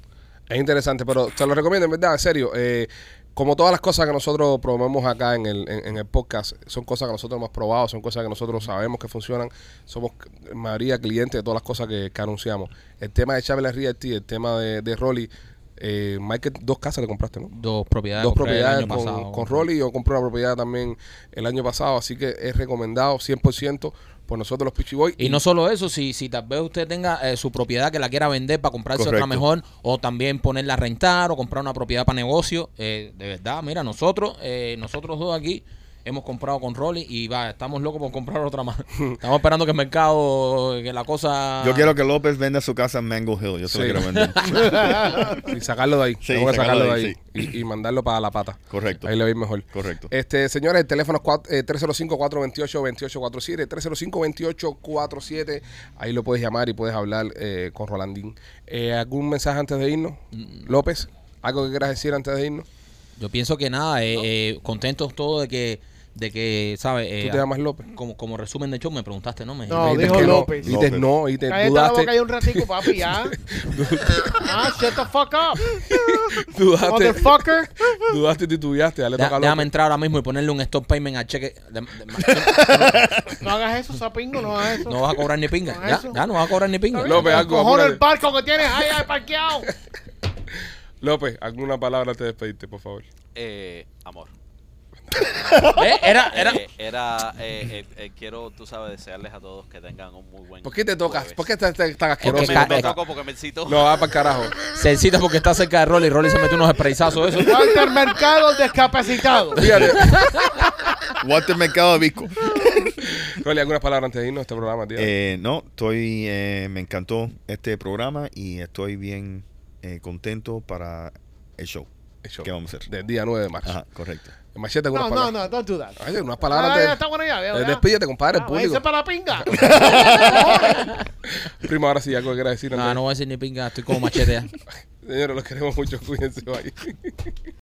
Es interesante, pero te lo recomiendo, en verdad, en serio. eh, como todas las cosas que nosotros promovemos acá en el, en, en el podcast, son cosas que nosotros hemos probado, son cosas que nosotros sabemos que funcionan. Somos en mayoría clientes de todas las cosas que, que anunciamos. El tema de Chávez Realty, el tema de, de Rolly, eh, Michael, dos casas le compraste, ¿no?
Dos propiedades.
dos
compré el
propiedades
año
con,
pasado.
con Rolly. Yo compré una propiedad también el año pasado, así que es recomendado 100% por nosotros los Pichi Boys.
Y no solo eso, si, si tal vez usted tenga eh, su propiedad que la quiera vender para comprarse otra
Correcto.
mejor, o también ponerla a rentar, o comprar una propiedad para negocio, eh, de verdad, mira, nosotros, eh, nosotros dos aquí hemos comprado con Rolly y va, estamos locos por comprar
(laughs)
otra más. estamos esperando que el mercado, que la cosa...
Yo quiero que López venda su casa en Mango Hill. Yo se
Sí.
lo
(laughs)
quiero vender. (laughs)
Y sacarlo de ahí.
Sí,
Tengo que sacarlo
sacarlo
de
de
ahí. Y, y mandarlo para la pata.
Correcto.
Ahí le veis mejor.
Correcto.
Este, señores, el teléfono es cuat- eh, 305-428-2847, 305-2847. Ahí lo puedes llamar y puedes hablar eh, con Rolandín. Eh, ¿Algún mensaje antes de irnos?
Mm.
López, ¿algo que quieras decir antes de irnos?
Yo pienso que nada, eh, eh, contentos todos de que de que, ¿sabes? Eh,
¿Tú te llamas López?
como, como resumen de show, me preguntaste, ¿no? Me,
No,
Dijiste
dijo
que
López.
Dijiste no, y te
Cállate la boca ahí
dudaste,
un ratico, papi, ya. ah, shut the
(laughs)
fuck up.
(laughs) dudaste,
Motherfucker.
(laughs) dudaste y titubeaste. Dale,
Da-
toca a
déjame
López.
entrar ahora mismo y ponerle un stop payment al cheque.
(laughs)
De- de-
No hagas eso, sapingo, no hagas eso.
no vas a cobrar ni pinga.
Con
Ya,
eso.
ya no vas a cobrar ni pinga.
López, algo,
Cojona el
apúrate.
barco que tienes ahí, ahí parqueado.
López, alguna palabra antes de despedirte, por favor.
Eh, amor.
¿Ves? Era, era.
Eh, era eh, eh, eh, quiero, tú sabes, desearles a todos que tengan un muy buen
¿Por qué te tocas?
jueves.
¿Por qué estás estás- estás
Porque
asqueroso?
Pues. ca-
Me
eh,
toco porque me cito.
No, va para carajo.
Sencita porque está cerca de Rolly. Rolly se metió unos sprayzazos
(laughs)
de eso.
Watermercado discapacitado.
Fíjate.
Walter Mercado de Visco.
Rolly, algunas palabras antes de irnos a este programa, tío.
Eh, no, estoy, eh, me encantó este programa y estoy bien eh, contento para el show.
Eso.
¿Qué vamos a hacer?
Del día 9 de marzo.
Ajá, correcto.
Machete algunas
No, no,
palabras.
no, don't do that.
Ay, unas
Ah,
palabras.
ya
antes de-
está bueno ya, ya,
eh,
ya.
despídete, compadre, el
Ah, váyanse
público.
para la pinga.
Primo, ahora sí, algo que quieras decir.
Ah, No,
antes.
no voy a decir ni pinga. Estoy como machete. ya.
Señores, los queremos mucho. Cuídense. Bye.